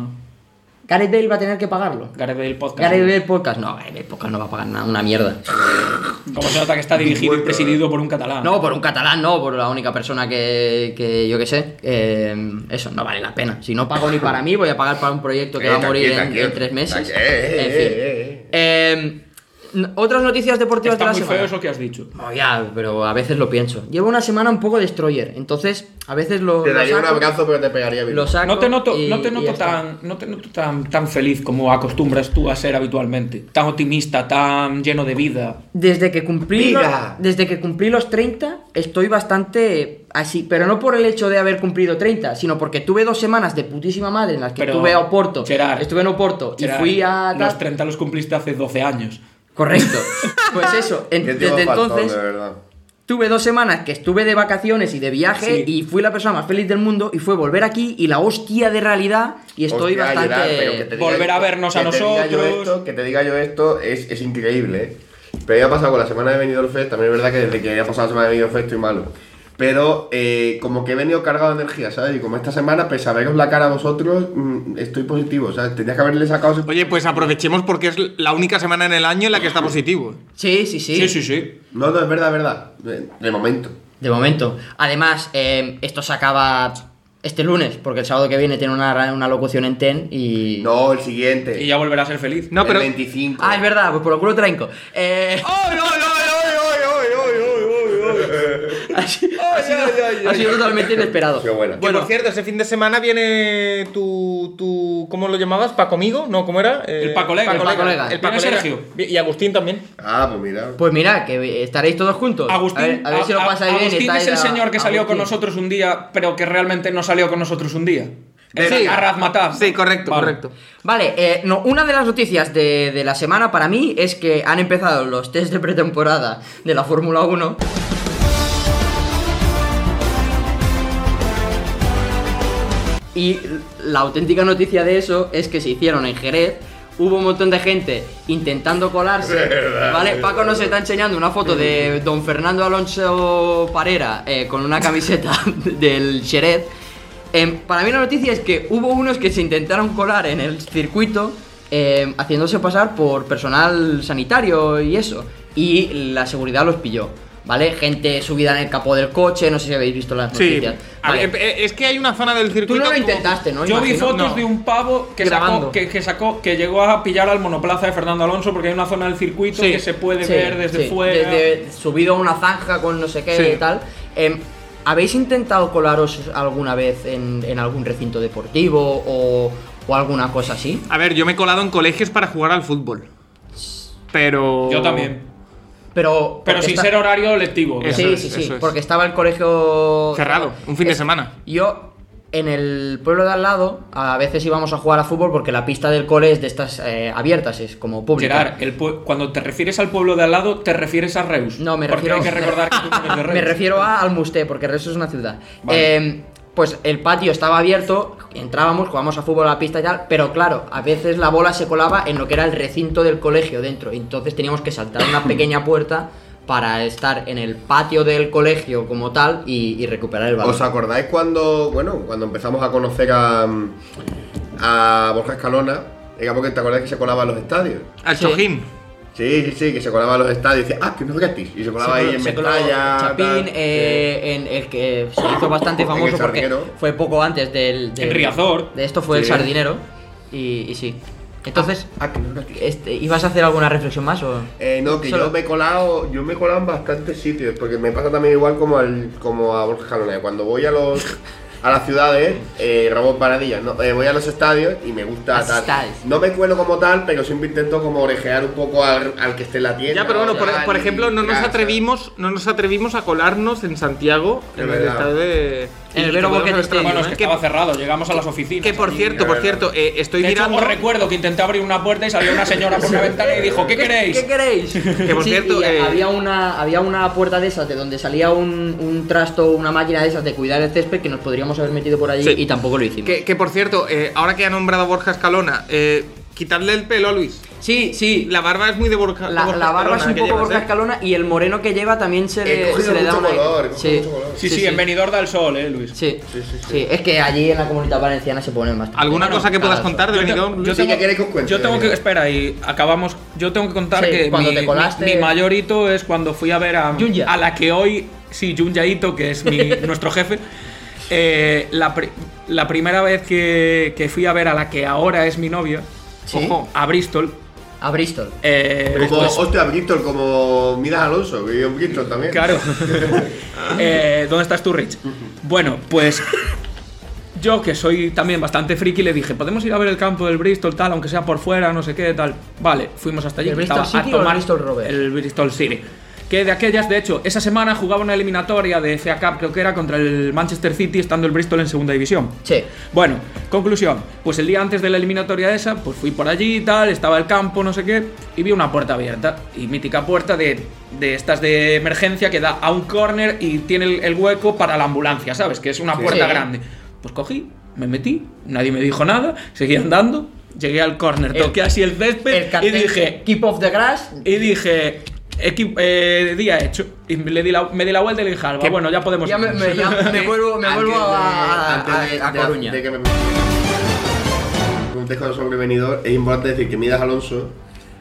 [SPEAKER 2] Gareth Bale va a tener que pagarlo.
[SPEAKER 3] Gareth Bale podcast.
[SPEAKER 2] Gareth Bale Podcast. No, Gareth Bale Podcast no va a pagar nada, una mierda.
[SPEAKER 3] Como se nota que está dirigido y
[SPEAKER 4] Bueno,
[SPEAKER 3] presidido por un catalán.
[SPEAKER 2] No, por un catalán, no, por la única persona que, que yo que sé. Eh, eso no vale la pena. Si no pago ni para mí, voy a pagar para un proyecto que
[SPEAKER 4] Eh,
[SPEAKER 2] va a morir
[SPEAKER 4] tranquilo,
[SPEAKER 2] en- en,
[SPEAKER 4] tranquilo.
[SPEAKER 2] tres meses.
[SPEAKER 4] Eh, eh,
[SPEAKER 2] En fin.
[SPEAKER 4] eh, eh.
[SPEAKER 2] Eh, n- otras noticias deportivas
[SPEAKER 3] Está
[SPEAKER 2] de la
[SPEAKER 3] muy
[SPEAKER 2] semana.
[SPEAKER 3] feo eso que has dicho.
[SPEAKER 2] No, ya, pero a veces lo pienso. Llevo una semana un poco destroyer, entonces a veces lo.
[SPEAKER 4] Te
[SPEAKER 2] lo
[SPEAKER 4] daría un
[SPEAKER 2] saco-
[SPEAKER 4] abrazo, pero te pegaría bien.
[SPEAKER 2] Lo saco.
[SPEAKER 3] No te noto,
[SPEAKER 2] y-
[SPEAKER 3] no te
[SPEAKER 2] y
[SPEAKER 3] noto
[SPEAKER 2] ya está.
[SPEAKER 3] tan, no te noto tan, tan feliz como acostumbras tú a ser habitualmente. Tan optimista, tan lleno de vida.
[SPEAKER 2] Desde que cumplí los,
[SPEAKER 4] Vida.
[SPEAKER 2] desde que cumplí los 30 estoy bastante así, pero no por el hecho de haber cumplido 30, sino porque tuve dos semanas de putísima madre en las que
[SPEAKER 3] Pero,
[SPEAKER 2] estuve a Oporto,
[SPEAKER 3] Gerard,
[SPEAKER 2] estuve en Oporto y
[SPEAKER 3] Gerard,
[SPEAKER 2] fui a
[SPEAKER 3] Los
[SPEAKER 2] tal-
[SPEAKER 3] 30 los cumpliste hace 12 años.
[SPEAKER 2] correcto. (laughs) Pues eso, en-
[SPEAKER 4] Qué tío
[SPEAKER 2] desde
[SPEAKER 4] faltón,
[SPEAKER 2] entonces
[SPEAKER 4] de verdad.
[SPEAKER 2] tuve dos semanas que estuve de vacaciones y de viaje
[SPEAKER 3] Sí.
[SPEAKER 2] y fui la persona más feliz del mundo y fue volver aquí y la hostia de realidad y estoy
[SPEAKER 4] Hostia,
[SPEAKER 2] bastante
[SPEAKER 4] Gerard, pero que te diga
[SPEAKER 3] Volver a
[SPEAKER 4] esto-
[SPEAKER 3] vernos a
[SPEAKER 4] que te diga yo
[SPEAKER 3] nosotros.
[SPEAKER 4] esto- que te diga yo esto es, es increíble. ¿eh? Pero ya ha pasado con la semana de Benidorm Fest. También es verdad que desde que haya pasado la semana de Benidorm Fest estoy malo. Pero eh, como que he venido cargado de energía, ¿sabes? Y como esta semana, pese a veros la cara a vosotros, mm, estoy positivo, ¿sabes? Tenías que haberle sacado ese...
[SPEAKER 5] Oye, pues aprovechemos porque es la única semana en el año en la que está positivo.
[SPEAKER 2] Sí, sí, sí.
[SPEAKER 3] Sí, sí, sí.
[SPEAKER 4] No, no, es verdad, es verdad. De, de momento.
[SPEAKER 2] De momento. Además, eh, esto se acaba este lunes, porque el sábado que viene tiene una, ra- una locución en TEN y...
[SPEAKER 4] No, el siguiente.
[SPEAKER 3] Y ya volverá a ser feliz.
[SPEAKER 5] No,
[SPEAKER 4] el
[SPEAKER 5] pero.
[SPEAKER 4] 25.
[SPEAKER 2] Ah, es verdad, pues por lo culo tranco. Eh, (laughs)
[SPEAKER 5] ¡Oh, no, no, no, no, no, no, no, no, no!
[SPEAKER 2] ha sido, ha sido- ha sido totalmente inesperado.
[SPEAKER 4] Qué buena.
[SPEAKER 5] Que, por cierto, ese fin de semana viene tu, tu ¿cómo lo llamabas? ¿Paco Migo? No, ¿cómo era? Eh,
[SPEAKER 3] El Paco Lega.
[SPEAKER 5] Paco
[SPEAKER 2] El Paco
[SPEAKER 5] Lega.
[SPEAKER 2] Lega.
[SPEAKER 5] El Paco
[SPEAKER 3] Viene
[SPEAKER 5] Lega.
[SPEAKER 3] Sergio.
[SPEAKER 5] Y Agustín también.
[SPEAKER 4] Ah, pues mira.
[SPEAKER 2] Pues mira, que estaréis todos juntos.
[SPEAKER 3] Agustín,
[SPEAKER 2] a ver, a ver si lo
[SPEAKER 3] a-
[SPEAKER 2] pasáis bien.
[SPEAKER 3] Agustín
[SPEAKER 2] estáis
[SPEAKER 3] es el
[SPEAKER 2] a-
[SPEAKER 3] señor que salió con
[SPEAKER 2] Agustín.
[SPEAKER 3] nosotros un día, pero que realmente no salió con nosotros un día.
[SPEAKER 5] Sí.
[SPEAKER 3] Sí, Arrazmataz.
[SPEAKER 5] Sí, correcto,
[SPEAKER 3] Vale.
[SPEAKER 5] correcto.
[SPEAKER 2] Vale, eh, no, una de las noticias de, de la semana para mí es que han empezado los test de pretemporada de la Fórmula 1. Y la auténtica noticia de eso es que se hicieron en Jerez. Hubo un montón de gente intentando colarse. ¿Vale? Paco nos está enseñando una foto de don Fernando Alonso Parera eh, con una camiseta (laughs) del Jerez. Em, para mí la noticia es que hubo unos que se intentaron colar en el circuito em, haciéndose pasar por personal sanitario y eso. Y la seguridad los pilló. ¿Vale? Gente subida en el capó del coche, no sé si habéis visto las noticias.
[SPEAKER 5] A
[SPEAKER 2] Vale.
[SPEAKER 5] ver, eh, es que hay una zona del
[SPEAKER 2] Tú
[SPEAKER 5] circuito.
[SPEAKER 2] no lo
[SPEAKER 5] como-
[SPEAKER 2] intentaste, ¿no?
[SPEAKER 3] Yo vi
[SPEAKER 2] Imagino.
[SPEAKER 3] fotos
[SPEAKER 5] no.
[SPEAKER 3] de un pavo que
[SPEAKER 5] Grabando.
[SPEAKER 3] sacó que, que sacó que llegó a pillar al monoplaza de Fernando Alonso porque hay una zona del circuito
[SPEAKER 5] Sí.
[SPEAKER 3] que se puede
[SPEAKER 2] Sí,
[SPEAKER 3] ver desde
[SPEAKER 2] sí,
[SPEAKER 3] fuera.
[SPEAKER 2] desde- subido a una zanja con no sé qué
[SPEAKER 5] Sí.
[SPEAKER 2] y tal. Em, ¿Habéis intentado colaros alguna vez en, en algún recinto deportivo o, o alguna cosa así?
[SPEAKER 5] A ver, yo me he colado en colegios para jugar al fútbol. Pero.
[SPEAKER 3] Yo también.
[SPEAKER 2] Pero,
[SPEAKER 3] Pero
[SPEAKER 2] porque
[SPEAKER 3] sin
[SPEAKER 2] está-
[SPEAKER 3] ser horario lectivo.
[SPEAKER 5] Eso
[SPEAKER 2] Sí,
[SPEAKER 5] es,
[SPEAKER 2] sí, sí,
[SPEAKER 5] eso es.
[SPEAKER 2] porque estaba el colegio
[SPEAKER 5] Cerrado, un fin de semana.
[SPEAKER 2] Yo en el pueblo de al lado a veces íbamos a jugar a fútbol porque la pista del cole es de estas eh, abiertas, es como pública.
[SPEAKER 3] Gerard, el pue- cuando te refieres al pueblo de al lado, te refieres a Reus.
[SPEAKER 2] No, me
[SPEAKER 3] Porque
[SPEAKER 2] refiero- (laughs)
[SPEAKER 3] hay que recordar que tú no eres de Reus.
[SPEAKER 2] Me refiero a Almusté, porque Reus es una ciudad.
[SPEAKER 4] Vale.
[SPEAKER 2] Eh, pues el patio estaba abierto, entrábamos, jugábamos a fútbol a la pista y tal, pero claro, a veces la bola se colaba en lo que era el recinto del colegio dentro, entonces teníamos que saltar una pequeña puerta para estar en el patio del colegio como tal y, y recuperar el balón.
[SPEAKER 4] ¿Os acordáis cuando, bueno, cuando empezamos a conocer a, a Borja Escalona? Era porque te acordás que se colaba a los estadios.
[SPEAKER 5] Al
[SPEAKER 2] Sí.
[SPEAKER 5] Chojín.
[SPEAKER 4] Sí, sí, sí, que se colaba a los estadios y decía, ah, que no es gratis. Y se colaba ahí en
[SPEAKER 2] Se coló
[SPEAKER 4] Metalla.
[SPEAKER 2] Chapín, eh, en el que se hizo bastante
[SPEAKER 4] En el
[SPEAKER 2] famoso porque
[SPEAKER 4] Sardinero.
[SPEAKER 2] fue poco antes del, del-
[SPEAKER 3] En Riazor.
[SPEAKER 2] De esto fue el
[SPEAKER 4] Sí.
[SPEAKER 2] sardinero y, y sí. Entonces,
[SPEAKER 4] Ah, que no es gratis.
[SPEAKER 2] Este, ¿Ibas a hacer alguna reflexión más o...?
[SPEAKER 4] Eh, no, que
[SPEAKER 2] Solo-
[SPEAKER 4] yo me he colado, yo me he colado en bastantes sitios, porque me pasa también igual como al, como a Borja Jalona. Cuando voy a los a las ciudades, eh, robo empanadillas, no, eh, voy a los estadios y me gusta
[SPEAKER 2] Las
[SPEAKER 4] tal.
[SPEAKER 2] estadios.
[SPEAKER 4] No me cuelo como tal, pero siempre intento como orejear un poco al, al que esté en la tienda.
[SPEAKER 5] Ya, pero bueno,
[SPEAKER 4] o
[SPEAKER 5] por,
[SPEAKER 4] tal,
[SPEAKER 5] por
[SPEAKER 4] y
[SPEAKER 5] ejemplo, no nos
[SPEAKER 4] tirar,
[SPEAKER 5] atrevimos, no nos atrevimos a colarnos en Santiago,
[SPEAKER 4] Es
[SPEAKER 5] en el
[SPEAKER 4] verdad.
[SPEAKER 5] estado de.
[SPEAKER 2] En el
[SPEAKER 5] y-
[SPEAKER 2] Vero
[SPEAKER 5] y podemos
[SPEAKER 2] Boquete
[SPEAKER 5] hacer
[SPEAKER 2] Stadium,
[SPEAKER 3] Bueno,
[SPEAKER 5] tramos,
[SPEAKER 3] es que,
[SPEAKER 5] ¿eh?
[SPEAKER 3] estaba cerrado, llegamos a las oficinas.
[SPEAKER 5] Que por
[SPEAKER 3] allí.
[SPEAKER 5] cierto, por
[SPEAKER 4] verdad.
[SPEAKER 5] cierto, eh, estoy
[SPEAKER 3] De hecho,
[SPEAKER 5] mirando.
[SPEAKER 3] no recuerdo que intenté abrir una puerta y salió una señora por una ventana y dijo, ¿qué queréis?
[SPEAKER 2] ¿Qué queréis?
[SPEAKER 5] por
[SPEAKER 2] Sí,
[SPEAKER 5] cierto,
[SPEAKER 2] y
[SPEAKER 5] eh,
[SPEAKER 2] había, una, había una puerta de esas de donde salía un, un trasto, una máquina de esas de cuidar el césped que nos podríamos haber metido por allí
[SPEAKER 5] Sí.
[SPEAKER 2] y tampoco lo hicimos.
[SPEAKER 5] Que, que, por cierto, eh, ahora que ha nombrado a Borja Escalona, eh, quitarle el pelo a Luis.
[SPEAKER 2] Sí, sí.
[SPEAKER 5] La barba es muy de Borja.
[SPEAKER 2] La,
[SPEAKER 5] de
[SPEAKER 2] la
[SPEAKER 5] Borja
[SPEAKER 2] barba es un
[SPEAKER 5] Escalona que
[SPEAKER 2] poco
[SPEAKER 5] llevas,
[SPEAKER 2] Borja
[SPEAKER 5] ¿eh?
[SPEAKER 2] Escalona y el moreno que lleva también se
[SPEAKER 4] He
[SPEAKER 2] le,
[SPEAKER 4] cogido
[SPEAKER 2] se le da
[SPEAKER 4] mucho
[SPEAKER 2] un aire.
[SPEAKER 4] color, he cogido
[SPEAKER 2] sí.
[SPEAKER 4] mucho color.
[SPEAKER 3] Sí, sí, en Benidorm da el sol, eh, Luis.
[SPEAKER 2] Sí. Sí, es que allí en la comunidad valenciana se ponen bastante.
[SPEAKER 5] ¿Alguna
[SPEAKER 2] Bueno,
[SPEAKER 5] cosa que puedas
[SPEAKER 2] nada,
[SPEAKER 5] contar de
[SPEAKER 3] Yo te-
[SPEAKER 5] Benidorm?
[SPEAKER 3] yo
[SPEAKER 4] Sí, ¿qué queréis que os cuente?
[SPEAKER 3] Yo tengo que. Espera, y acabamos. Yo tengo que contar
[SPEAKER 2] Sí,
[SPEAKER 3] que
[SPEAKER 2] cuando
[SPEAKER 3] mi,
[SPEAKER 2] te colaste-
[SPEAKER 3] mi- mi mayor hito es cuando fui a ver a,
[SPEAKER 2] Junya.
[SPEAKER 3] a la que hoy. Sí, Junya Ito, que
[SPEAKER 2] (laughs)
[SPEAKER 3] es mi- nuestro jefe. eh, la, pri- la primera vez que, que fui a ver a la que ahora es mi novia,
[SPEAKER 2] Sí.
[SPEAKER 3] ojo, a Bristol.
[SPEAKER 2] A Bristol.
[SPEAKER 3] eh,
[SPEAKER 4] Como,
[SPEAKER 3] pues,
[SPEAKER 4] hostia, Bristol, como Miras Alonso, que yo en Bristol también.
[SPEAKER 3] Claro. Eh, ¿Dónde estás tú, Rich? Bueno, pues yo que soy también bastante friki le dije, podemos ir a ver el campo del Bristol, tal, aunque sea por fuera, no sé qué, tal. Vale, fuimos hasta allí.
[SPEAKER 2] ¿El
[SPEAKER 3] que
[SPEAKER 2] Bristol
[SPEAKER 3] estaba
[SPEAKER 2] City o el Bristol Rovers?
[SPEAKER 3] El Bristol City. Que de aquellas, de hecho, esa semana jugaba una eliminatoria de FA Cup, creo que era, contra el Manchester City, estando el Bristol en segunda división.
[SPEAKER 2] Sí.
[SPEAKER 3] Bueno, conclusión. Pues el día antes de la eliminatoria esa, pues fui por allí y tal, estaba el campo, no sé qué, y vi una puerta abierta. Y mítica puerta de, de estas de emergencia que da a un corner y tiene el, el hueco para la ambulancia, ¿sabes? Que es una puerta
[SPEAKER 2] Sí.
[SPEAKER 3] grande. Pues cogí, me metí, nadie me dijo nada, seguí andando, llegué al corner,
[SPEAKER 2] El-
[SPEAKER 3] toqué así el césped
[SPEAKER 2] El
[SPEAKER 3] y
[SPEAKER 2] cartel
[SPEAKER 3] dije...
[SPEAKER 2] Keep off the grass.
[SPEAKER 3] Y dije, equi- eh, día hecho. Y le di la- me di la vuelta y le dije, a Alba,
[SPEAKER 5] Que-
[SPEAKER 3] bueno, ya podemos.
[SPEAKER 2] Ya me,
[SPEAKER 3] irnos".
[SPEAKER 2] me- ya me vuelvo, me
[SPEAKER 4] Antes
[SPEAKER 2] vuelvo a,
[SPEAKER 4] de-
[SPEAKER 2] a-
[SPEAKER 4] antes de-
[SPEAKER 2] a
[SPEAKER 4] de-
[SPEAKER 2] Coruña.
[SPEAKER 4] de que me contexto sobrevenidor, es importante decir que Midas Alonso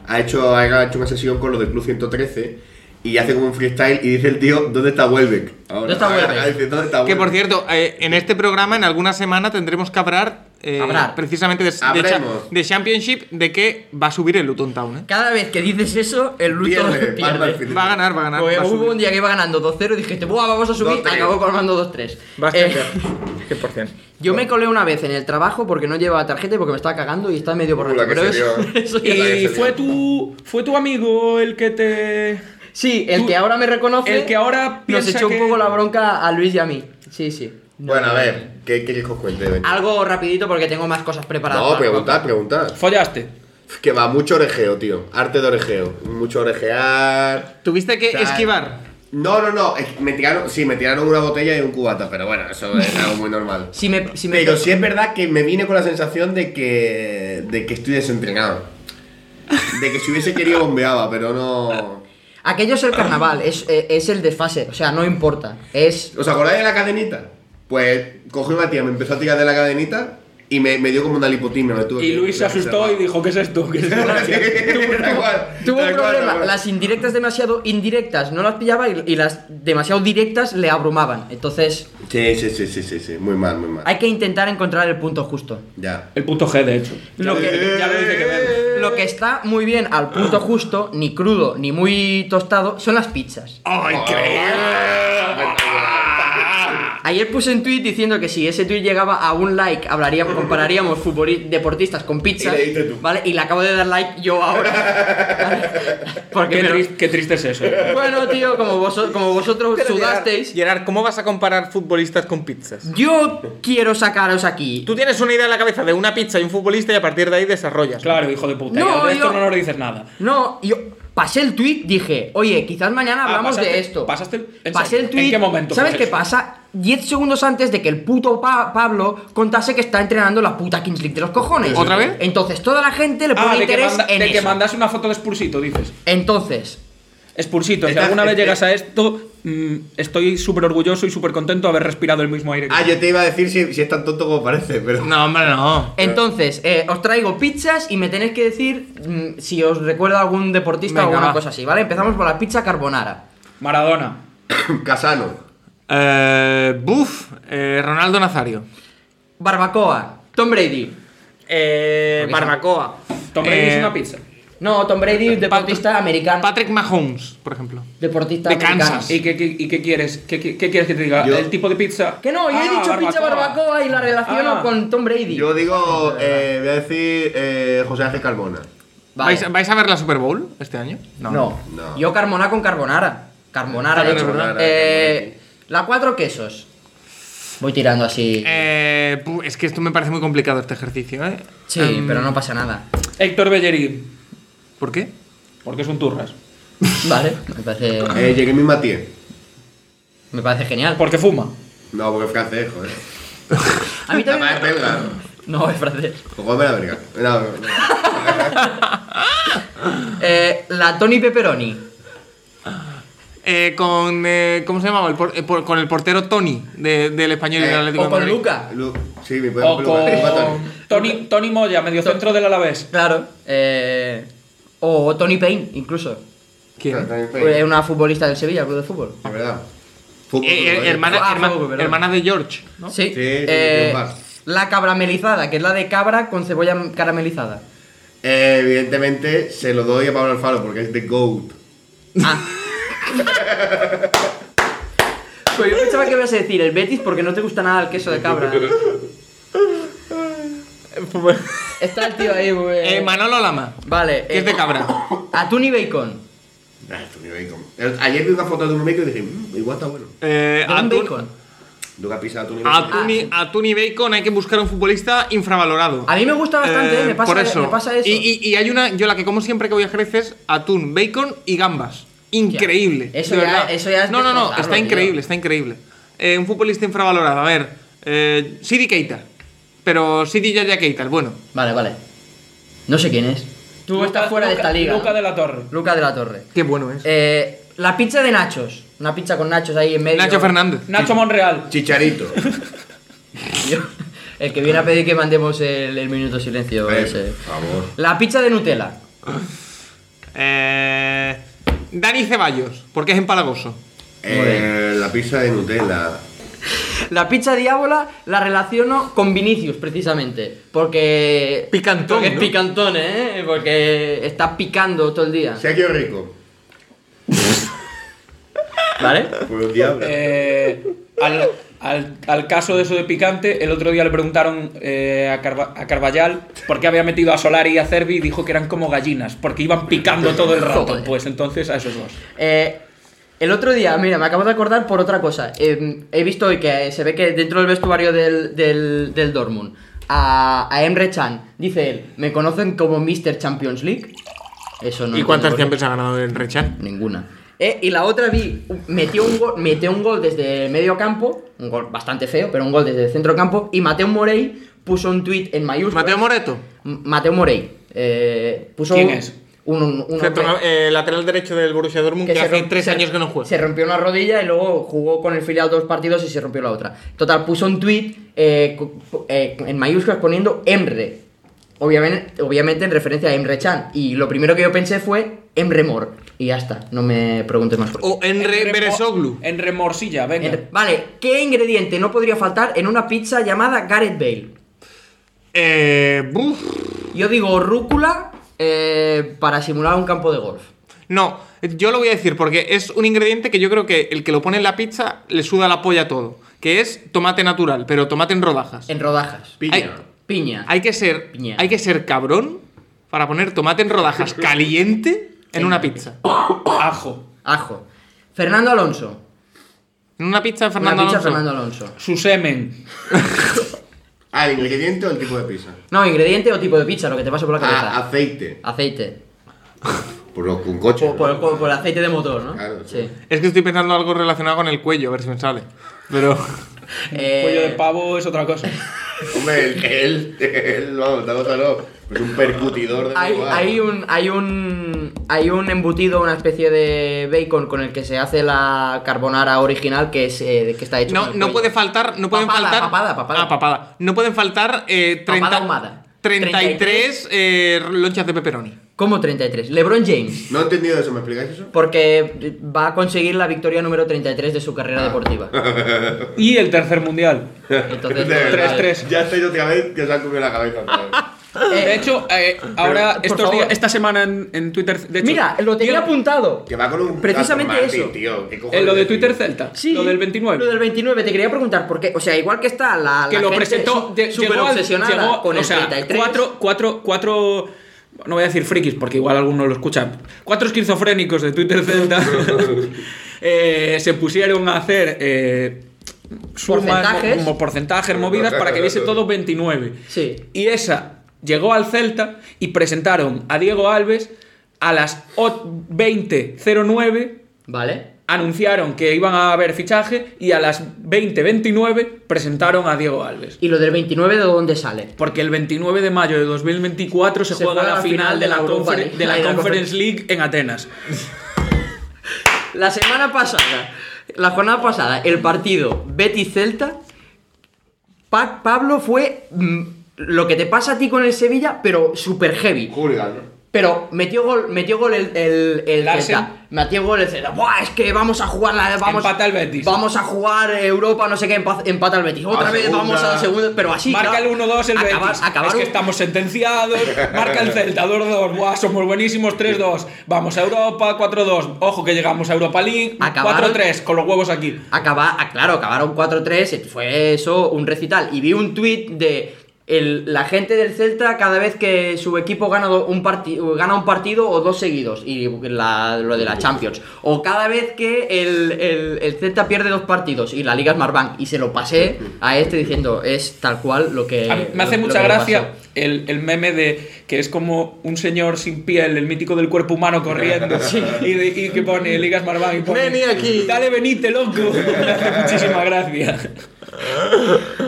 [SPEAKER 4] ha hecho, ha hecho una sesión con los del Club 113 y hace como un freestyle y dice el tío, ¿dónde está Welbeck? Ahora,
[SPEAKER 2] ¿Dónde está
[SPEAKER 4] ahora,
[SPEAKER 2] Welbeck?
[SPEAKER 4] dice, ¿dónde está
[SPEAKER 5] Que por
[SPEAKER 4] Welbeck?
[SPEAKER 5] cierto, eh, en este programa, en alguna semana, tendremos que hablar eh,
[SPEAKER 2] Hablar.
[SPEAKER 5] precisamente de, de
[SPEAKER 4] Habremos.
[SPEAKER 5] cha- de Championship, de que va a subir el Luton Town. ¿eh?
[SPEAKER 2] Cada vez que dices eso, el Luton
[SPEAKER 4] Pierde,
[SPEAKER 2] pierde.
[SPEAKER 4] manda al final.
[SPEAKER 5] Va a ganar, va a ganar.
[SPEAKER 2] Porque
[SPEAKER 5] va a
[SPEAKER 2] hubo
[SPEAKER 5] subir.
[SPEAKER 2] un día que iba ganando 2-0 y dijiste, Buah, vamos a subir,
[SPEAKER 4] 2-3.
[SPEAKER 2] acabó colmando 2-3.
[SPEAKER 3] Vas a
[SPEAKER 2] Eh, (laughs)
[SPEAKER 3] entender. (laughs) 100%.
[SPEAKER 2] yo me colé una vez en el trabajo porque no llevaba tarjeta y porque me estaba cagando y estaba medio
[SPEAKER 4] Uh, la
[SPEAKER 2] borracho.
[SPEAKER 4] que
[SPEAKER 2] pero (laughs)
[SPEAKER 4] se
[SPEAKER 2] eso-
[SPEAKER 4] dio.
[SPEAKER 2] eso ya
[SPEAKER 4] la
[SPEAKER 3] Y
[SPEAKER 4] que se
[SPEAKER 3] fue
[SPEAKER 4] dio.
[SPEAKER 3] tu, fue tu amigo el que te.
[SPEAKER 2] Sí, el
[SPEAKER 3] Tú-
[SPEAKER 2] que ahora me reconoce.
[SPEAKER 3] el que ahora
[SPEAKER 2] nos
[SPEAKER 3] piensa
[SPEAKER 2] echó
[SPEAKER 3] que-
[SPEAKER 2] un poco la bronca a Luis y a mí. Sí, sí.
[SPEAKER 4] Bueno, a ver, ¿qué qué quieres que os cuente? Ven.
[SPEAKER 2] Algo rapidito porque tengo más cosas preparadas.
[SPEAKER 4] No,
[SPEAKER 2] para-
[SPEAKER 4] preguntad, preguntad.
[SPEAKER 3] Follaste.
[SPEAKER 4] Que va mucho orejeo, tío. Arte de orejeo. Mucho orejear.
[SPEAKER 5] Tuviste que
[SPEAKER 4] Tal.
[SPEAKER 5] esquivar.
[SPEAKER 4] No, no, no. es- Me tiraron, sí, me tiraron una botella y un cubata, pero bueno, eso es algo
[SPEAKER 2] (laughs)
[SPEAKER 4] muy normal.
[SPEAKER 2] Si me, si me-
[SPEAKER 4] Pero sí es verdad que me vine con la sensación de que, de que estoy desentrenado. De que si hubiese querido bombeaba, pero no...
[SPEAKER 2] Aquello es el carnaval, es, eh, es el desfase, o sea, no importa. Es.
[SPEAKER 4] ¿Os acordáis de la cadenita? Pues cogió una tía, me empezó a tirar de la cadenita y me, me dio como una lipotimia. me tuve
[SPEAKER 3] Y
[SPEAKER 4] que-
[SPEAKER 3] Luis se asustó y dijo, ¿qué es esto? ¿Qué es esto?".
[SPEAKER 4] (laughs) Tal cual,
[SPEAKER 2] (laughs) Tuvo
[SPEAKER 4] (laughs) tal
[SPEAKER 2] un
[SPEAKER 4] cual,
[SPEAKER 2] problema,
[SPEAKER 4] tal cual.
[SPEAKER 2] las indirectas demasiado indirectas no las pillaba y, y las demasiado directas le abrumaban. Entonces,
[SPEAKER 4] Sí, sí, sí, sí, sí, sí. Muy mal, muy mal.
[SPEAKER 2] hay que intentar encontrar el punto justo.
[SPEAKER 4] Ya.
[SPEAKER 3] El punto G, de hecho.
[SPEAKER 2] Lo que,
[SPEAKER 3] Ya lo dice que ven.
[SPEAKER 2] lo que está muy bien al punto justo, ni crudo ni muy tostado, son las pizzas.
[SPEAKER 5] ¡Ay,
[SPEAKER 4] Ah,
[SPEAKER 2] Ayer puse un tweet diciendo que si ese tweet llegaba a un like, hablaríamos, compararíamos futboli- deportistas con pizzas.
[SPEAKER 4] Y le diste tú.
[SPEAKER 2] ¿Vale? Y le acabo de dar like yo ahora.
[SPEAKER 4] (laughs)
[SPEAKER 2] ¿vale? Porque
[SPEAKER 3] Qué,
[SPEAKER 2] me lo-
[SPEAKER 3] tris- qué triste es eso.
[SPEAKER 2] Bueno, tío, como, vosot- como vosotros sudasteis,
[SPEAKER 5] Gerard, ¿cómo vas a comparar futbolistas con pizzas?
[SPEAKER 2] yo quiero sacaros aquí.
[SPEAKER 5] Tú tienes una idea en la cabeza de una pizza y un futbolista y a partir de ahí desarrollas.
[SPEAKER 3] Claro, hijo de puta.
[SPEAKER 2] No,
[SPEAKER 3] y al resto
[SPEAKER 2] yo-
[SPEAKER 3] no nos dices nada.
[SPEAKER 2] No, yo pasé el tweet, dije, oye, quizás mañana hablamos
[SPEAKER 3] Ah, pasaste-
[SPEAKER 2] de esto.
[SPEAKER 3] pasaste el- en
[SPEAKER 2] Pasé
[SPEAKER 3] serio,
[SPEAKER 2] el tweet.
[SPEAKER 3] ¿en qué momento
[SPEAKER 2] ¿Sabes
[SPEAKER 3] fue
[SPEAKER 2] qué
[SPEAKER 3] eso?
[SPEAKER 2] pasa? 10 segundos antes de que el puto Pa- Pablo contase que está entrenando la puta Kings League de los cojones.
[SPEAKER 5] ¿Otra vez?
[SPEAKER 2] Entonces toda la gente le pone
[SPEAKER 3] Ah, de, que,
[SPEAKER 2] interés
[SPEAKER 3] manda-
[SPEAKER 2] en
[SPEAKER 3] de que
[SPEAKER 2] eso.
[SPEAKER 3] mandas una foto de Spursito, dices.
[SPEAKER 2] Entonces,
[SPEAKER 3] Spursito, si
[SPEAKER 4] Estás-
[SPEAKER 3] alguna vez
[SPEAKER 4] este-
[SPEAKER 3] llegas a esto, mm, estoy súper orgulloso y súper contento de haber respirado el mismo aire. que
[SPEAKER 4] Ah,
[SPEAKER 3] tú.
[SPEAKER 4] yo te iba a decir si, si es tan tonto como parece, pero.
[SPEAKER 5] No, hombre, no.
[SPEAKER 2] entonces eh, os traigo pizzas y me tenéis que decir mm, si os recuerda algún deportista o
[SPEAKER 5] Venga,
[SPEAKER 2] alguna
[SPEAKER 5] va.
[SPEAKER 2] cosa así, ¿vale? Empezamos por la pizza carbonara.
[SPEAKER 3] Maradona.
[SPEAKER 4] (laughs) Casano.
[SPEAKER 5] Eh, buf, eh, Ronaldo Nazario.
[SPEAKER 2] Barbacoa. Tom Brady.
[SPEAKER 5] Eh,
[SPEAKER 2] Porque
[SPEAKER 5] Barbacoa.
[SPEAKER 3] Tom Brady
[SPEAKER 5] Eh,
[SPEAKER 3] es una pizza.
[SPEAKER 2] No, Tom Brady, deportista americano.
[SPEAKER 5] Patrick Mahomes, por ejemplo.
[SPEAKER 2] deportista
[SPEAKER 5] de
[SPEAKER 2] americano.
[SPEAKER 5] Kansas.
[SPEAKER 3] ¿Y qué, qué- y qué quieres? ¿Qué, qué- qué quieres que te diga?
[SPEAKER 4] Yo-
[SPEAKER 3] ¿El tipo de pizza?
[SPEAKER 2] Que no, yo he
[SPEAKER 3] Ah,
[SPEAKER 2] dicho pizza barbacoa y la relaciono
[SPEAKER 3] Ah.
[SPEAKER 2] con Tom Brady.
[SPEAKER 4] Yo digo, eh, voy a decir eh, José Ángel Carmona.
[SPEAKER 2] Vale.
[SPEAKER 5] ¿Vais, vais a ver la Super Bowl este año?
[SPEAKER 2] no.
[SPEAKER 4] No.
[SPEAKER 2] Yo carbonara con carbonara. Carbonara, de hecho.
[SPEAKER 4] Carbonara,
[SPEAKER 2] Eh, la cuatro quesos. Voy tirando así.
[SPEAKER 5] Eh, bu- es que esto me parece muy complicado este ejercicio, ¿eh?
[SPEAKER 2] sí,
[SPEAKER 5] Em,
[SPEAKER 2] pero no pasa nada.
[SPEAKER 3] Héctor Bellerín.
[SPEAKER 5] ¿Por qué?
[SPEAKER 3] Porque son turras.
[SPEAKER 2] Vale, me parece,
[SPEAKER 4] Eh, Jeremy Mathieu.
[SPEAKER 2] me parece genial.
[SPEAKER 3] Porque fuma.
[SPEAKER 4] No, porque es francés, joder.
[SPEAKER 2] A mí
[SPEAKER 4] Además es (laughs)
[SPEAKER 2] también.
[SPEAKER 4] belga, ¿no?
[SPEAKER 2] No, es francés.
[SPEAKER 4] Jugame la verga.
[SPEAKER 2] (laughs)
[SPEAKER 4] No, no, no.
[SPEAKER 2] Eh, la Tony Pepperoni.
[SPEAKER 5] Eh, con, eh, ¿Cómo se llamaba? El por- eh, por- con el portero Tony de- del español y
[SPEAKER 4] Eh,
[SPEAKER 5] del Atlético
[SPEAKER 2] O
[SPEAKER 5] de
[SPEAKER 2] con
[SPEAKER 5] Madrid.
[SPEAKER 2] Luca.
[SPEAKER 4] Lu- Sí, me puede
[SPEAKER 3] O
[SPEAKER 4] Luca, Luca
[SPEAKER 3] con
[SPEAKER 4] Toni.
[SPEAKER 3] Tony, Tony Moya, medio centro del Alavés.
[SPEAKER 2] Claro. eh, o Tony Payne, incluso.
[SPEAKER 5] ¿Quién?
[SPEAKER 4] Toni Payne,
[SPEAKER 2] Eh, Una futbolista del Sevilla, club de fútbol.
[SPEAKER 4] de verdad. Fútbol,
[SPEAKER 5] Eh, eh,
[SPEAKER 4] fútbol, eh.
[SPEAKER 5] hermana,
[SPEAKER 2] Ah,
[SPEAKER 5] herma-
[SPEAKER 2] fútbol, perdón.
[SPEAKER 5] hermana de George, ¿no?
[SPEAKER 2] Sí.
[SPEAKER 4] Sí, sí,
[SPEAKER 2] eh,
[SPEAKER 4] sí, vas.
[SPEAKER 2] la caramelizada, que es la de cabra con cebolla caramelizada.
[SPEAKER 4] Eh, evidentemente se lo doy a Pablo Alfaro porque es The GOAT.
[SPEAKER 2] Ah. pues yo pensaba que ibas a decir el Betis porque no te gusta nada el queso de cabra. (laughs) Está el tío ahí, güey.
[SPEAKER 5] Eh, Manolo Lama,
[SPEAKER 2] Vale. eh,
[SPEAKER 5] que es de cabra.
[SPEAKER 2] Atún y bacon.
[SPEAKER 4] Ah, Tony Bacon. Eh, Ayer vi una foto de Tony Bacon y dije, "Mm, igual está bueno.
[SPEAKER 5] Eh,
[SPEAKER 2] ¿De un
[SPEAKER 5] atún-
[SPEAKER 2] bacon?
[SPEAKER 4] Nunca pisa a Tony
[SPEAKER 3] Ah,
[SPEAKER 2] Ah.
[SPEAKER 4] Bacon.
[SPEAKER 5] Atún y, atún y bacon hay que buscar un futbolista infravalorado.
[SPEAKER 2] A mí me gusta bastante, eh, me, pasa,
[SPEAKER 5] por eso.
[SPEAKER 2] me pasa eso.
[SPEAKER 5] Y, y- y hay una, yo la que como siempre que voy a Jerez es atún, bacon y gambas. Increíble.
[SPEAKER 2] Eso
[SPEAKER 5] de
[SPEAKER 2] ya-
[SPEAKER 5] verdad.
[SPEAKER 2] eso ya es
[SPEAKER 5] No, no, no,
[SPEAKER 2] destrozarlo,
[SPEAKER 5] está
[SPEAKER 2] tío.
[SPEAKER 5] increíble, está increíble. Eh, un futbolista infravalorado, a ver. Eh, Sidi Keita. Pero Sidi Yaya Keita, el bueno.
[SPEAKER 2] Vale, vale. No sé quién es. Tú estás fuera de esta liga.
[SPEAKER 3] Luca
[SPEAKER 2] ¿no?
[SPEAKER 3] de la Torre.
[SPEAKER 2] Luca de la Torre.
[SPEAKER 5] Qué bueno es.
[SPEAKER 2] Eh, la pizza de Nachos. Una pizza con Nachos ahí en medio.
[SPEAKER 5] Nacho Fernández.
[SPEAKER 3] Nacho Monreal.
[SPEAKER 2] (laughs)
[SPEAKER 4] Chicharito.
[SPEAKER 2] Yo- (laughs) el que viene a pedir que mandemos el, el minuto silencio
[SPEAKER 4] Eh,
[SPEAKER 2] ese.
[SPEAKER 4] por favor.
[SPEAKER 2] La pizza de Nutella.
[SPEAKER 5] Eh, Dani Ceballos, porque es empalagoso.
[SPEAKER 4] Eh, la pizza de Nutella.
[SPEAKER 2] La pizza diábola la relaciono con Vinicius, precisamente. Porque.
[SPEAKER 5] Picantón,
[SPEAKER 2] Porque es
[SPEAKER 5] ¿no?
[SPEAKER 2] picantón, ¿eh? Porque está picando todo el día.
[SPEAKER 4] Sergio Rico.
[SPEAKER 2] ¿Vale?
[SPEAKER 4] Por el diablo.
[SPEAKER 3] Eh, al, al- al caso de eso de picante, el otro día le preguntaron eh, a, Carva- a Carvallal por qué había metido a Solari y a Cervi y dijo que eran como gallinas, porque iban picando todo el rato.
[SPEAKER 2] Joder.
[SPEAKER 3] Pues entonces a esos dos.
[SPEAKER 2] Eh, el otro día, mira, me acabo de acordar por otra cosa. Eh, he visto hoy que eh, se ve que dentro del vestuario del, del, del Dortmund a, a Emre Chan, dice él, me conocen como Mr. Champions League. Eso no.
[SPEAKER 5] ¿Y cuántas
[SPEAKER 2] entiendo por
[SPEAKER 5] Champions ha ganado el Rechan?
[SPEAKER 2] qué. Ninguna. Eh, y la otra vi, metió un, gol, metió un gol desde medio campo, un gol bastante feo, pero un gol desde el centro campo. Y Mateo Morey puso un tweet en mayúsculas.
[SPEAKER 5] Mateo Moreto,
[SPEAKER 2] M- Mateo Morey. eh, puso
[SPEAKER 3] ¿Quién
[SPEAKER 2] un-
[SPEAKER 3] es?
[SPEAKER 2] Un, un- un
[SPEAKER 5] centro-
[SPEAKER 2] hombre-
[SPEAKER 5] eh, lateral derecho del Borussia Dortmund, que, hace
[SPEAKER 2] rom-
[SPEAKER 5] tres
[SPEAKER 2] se-
[SPEAKER 5] años que no juega.
[SPEAKER 2] Se rompió una rodilla y luego jugó con el filial dos partidos y se rompió la otra. Total, puso un eh, tweet en mayúsculas poniendo Emre. Obviamente, obviamente en referencia a Emre Chan. Y lo primero que yo pensé fue Emre Mor. Y ya está, no me preguntes más por qué.
[SPEAKER 5] O Enre
[SPEAKER 3] Enre-
[SPEAKER 5] Beresoglu.
[SPEAKER 3] En Remorsilla, venga.
[SPEAKER 2] Emre- Vale, ¿qué ingrediente no podría faltar en una pizza llamada Gareth Bale?
[SPEAKER 5] Eh, buf.
[SPEAKER 2] Yo digo rúcula eh, para simular un campo de golf.
[SPEAKER 5] No, yo lo voy a decir porque es un ingrediente que yo creo que el que lo pone en la pizza le suda la polla todo. Que es tomate natural, pero tomate en rodajas.
[SPEAKER 2] En rodajas.
[SPEAKER 4] Piña.
[SPEAKER 5] Ay.
[SPEAKER 2] Piña.
[SPEAKER 5] Hay que ser,
[SPEAKER 2] Piña.
[SPEAKER 5] hay que ser cabrón para poner tomate
[SPEAKER 2] (laughs)
[SPEAKER 5] en rodajas caliente en una pizza.
[SPEAKER 3] Ajo.
[SPEAKER 2] Ajo. Fernando Alonso.
[SPEAKER 5] En una pizza de Fernando
[SPEAKER 2] una pizza
[SPEAKER 5] Alonso.
[SPEAKER 2] Fernando Alonso.
[SPEAKER 3] Su semen.
[SPEAKER 4] Ah, el ingrediente o el tipo de pizza.
[SPEAKER 2] No, ingrediente o tipo de pizza, lo que te pasa por la cabeza.
[SPEAKER 4] Ah, aceite.
[SPEAKER 2] aceite.
[SPEAKER 4] Por lo que un coche.
[SPEAKER 2] Por, por- por- por aceite de motor, ¿no?
[SPEAKER 4] Claro,
[SPEAKER 2] sí.
[SPEAKER 4] sí.
[SPEAKER 5] Es que estoy pensando algo relacionado con el cuello, a ver si me sale. Pero
[SPEAKER 2] Eh,
[SPEAKER 3] Cuello de pavo es otra cosa.
[SPEAKER 4] Hombre, él, él, él, vamos, esta cosa no. Es un percutidor de
[SPEAKER 2] hay,
[SPEAKER 4] lugar.
[SPEAKER 2] hay un hay un hay un embutido, una especie de bacon con el que se hace la carbonara original que es eh, que está hecho
[SPEAKER 5] no,
[SPEAKER 2] con el
[SPEAKER 5] no
[SPEAKER 2] cuello.
[SPEAKER 5] puede faltar, no pueden
[SPEAKER 2] Papada,
[SPEAKER 5] faltar.
[SPEAKER 2] papada, papada.
[SPEAKER 5] Ah, papada. No pueden faltar eh, 30
[SPEAKER 2] Papada ahumada.
[SPEAKER 5] 33 eh, lonchas de pepperoni.
[SPEAKER 2] ¿Cómo 33? LeBron James,
[SPEAKER 4] No he entendido eso, ¿me explicáis eso?
[SPEAKER 2] porque va a conseguir la victoria número 33 de su
[SPEAKER 3] Ah.
[SPEAKER 2] carrera
[SPEAKER 3] (laughs)
[SPEAKER 2] deportiva.
[SPEAKER 3] Y el tercer mundial.
[SPEAKER 2] Entonces,
[SPEAKER 4] De verdad,
[SPEAKER 3] tres, tres.
[SPEAKER 4] Ya estoy otra vez que se han comido la cabeza otra vez.
[SPEAKER 2] Eh,
[SPEAKER 3] De hecho, eh, ahora,
[SPEAKER 2] por
[SPEAKER 3] estos
[SPEAKER 2] favor.
[SPEAKER 3] días, esta semana en, en Twitter. De hecho,
[SPEAKER 2] mira, lo tenía
[SPEAKER 3] tío,
[SPEAKER 2] apuntado.
[SPEAKER 4] Que va con un.
[SPEAKER 2] Precisamente
[SPEAKER 4] Aston Martin,
[SPEAKER 2] eso.
[SPEAKER 4] Tío, ¿qué cojones
[SPEAKER 3] En eh, lo de
[SPEAKER 4] decís?
[SPEAKER 3] Twitter Celta.
[SPEAKER 2] Sí,
[SPEAKER 3] Lo del 29.
[SPEAKER 2] Lo del 29, te quería preguntar por qué. O sea, igual que está la. la
[SPEAKER 3] que lo
[SPEAKER 2] gente
[SPEAKER 3] presentó
[SPEAKER 2] su-
[SPEAKER 3] de,
[SPEAKER 2] súper
[SPEAKER 3] llegó al-
[SPEAKER 2] obsesionada
[SPEAKER 3] llegó,
[SPEAKER 2] con
[SPEAKER 3] o
[SPEAKER 2] el
[SPEAKER 3] sea,
[SPEAKER 2] 33.
[SPEAKER 3] Cuatro, cuatro, cuatro, no voy a decir frikis porque igual alguno lo escucha. Cuatro esquizofrénicos de Twitter Celta eh, se pusieron a hacer eh, sumas,
[SPEAKER 2] Porcentajes.
[SPEAKER 3] como porcentajes movidas para que diese todo 29.
[SPEAKER 2] Sí.
[SPEAKER 3] Y esa llegó al Celta y presentaron a Diego Alves a las o- 20.09
[SPEAKER 2] Vale.
[SPEAKER 3] anunciaron que iban a haber fichaje y a las 20.29 presentaron a Diego Alves.
[SPEAKER 2] ¿Y lo del 29 de dónde sale?
[SPEAKER 3] Porque el 29 de mayo de 2024 se,
[SPEAKER 2] Se
[SPEAKER 3] juega, la final de la,
[SPEAKER 2] Europa
[SPEAKER 3] confer-
[SPEAKER 2] League.
[SPEAKER 3] de la
[SPEAKER 2] Ay, la
[SPEAKER 3] Conference League en Atenas.
[SPEAKER 2] La semana pasada, la jornada pasada, el partido Betis-Celta, Pa- Pablo fue mm, lo que te pasa a ti con el Sevilla, pero super heavy.
[SPEAKER 4] Hooligan, ¿no?
[SPEAKER 2] Pero metió gol, metió gol el, el, el
[SPEAKER 3] Larsen.
[SPEAKER 2] Celta. Metió gol el Celta. Buah, es que vamos a jugar la vamos,
[SPEAKER 3] Empata el Betis.
[SPEAKER 2] Vamos a jugar Europa, no sé qué, empa- empata el Betis. Otra
[SPEAKER 4] A
[SPEAKER 2] vez
[SPEAKER 4] segunda.
[SPEAKER 2] vamos a la segunda, pero así.
[SPEAKER 3] Marca
[SPEAKER 2] claro.
[SPEAKER 3] el 1-2 el
[SPEAKER 2] Acabar-
[SPEAKER 3] Betis.
[SPEAKER 2] acabaron-
[SPEAKER 3] Es que estamos sentenciados. Marca el Celta 2-2. Buah, somos buenísimos 3-2. Vamos a Europa 4-2. Ojo que llegamos a Europa League
[SPEAKER 2] Acabaron-
[SPEAKER 3] 4-3 con los huevos aquí.
[SPEAKER 2] Acaba, ah, claro, acabaron 4-3, fue eso, un recital. Y vi un tweet de el- la gente del Celta cada vez que su equipo gana do- un, parti- gana un partido o dos seguidos, y la- lo de la Champions. O cada vez que el, el- el Celta pierde dos partidos y la Liga es Marbank. Y se lo pasé a este diciendo, es tal cual lo que...
[SPEAKER 3] A mí me hace
[SPEAKER 2] Eh, lo- lo
[SPEAKER 3] mucha
[SPEAKER 2] que le
[SPEAKER 3] gracia
[SPEAKER 2] pasó".
[SPEAKER 3] el, el meme de que es como un señor sin piel, el mítico del cuerpo humano corriendo y, de- y que pone Ligas Marván y pone
[SPEAKER 5] Vení aquí.
[SPEAKER 3] (laughs) Dale, venite, loco. Me hace muchísima gracia.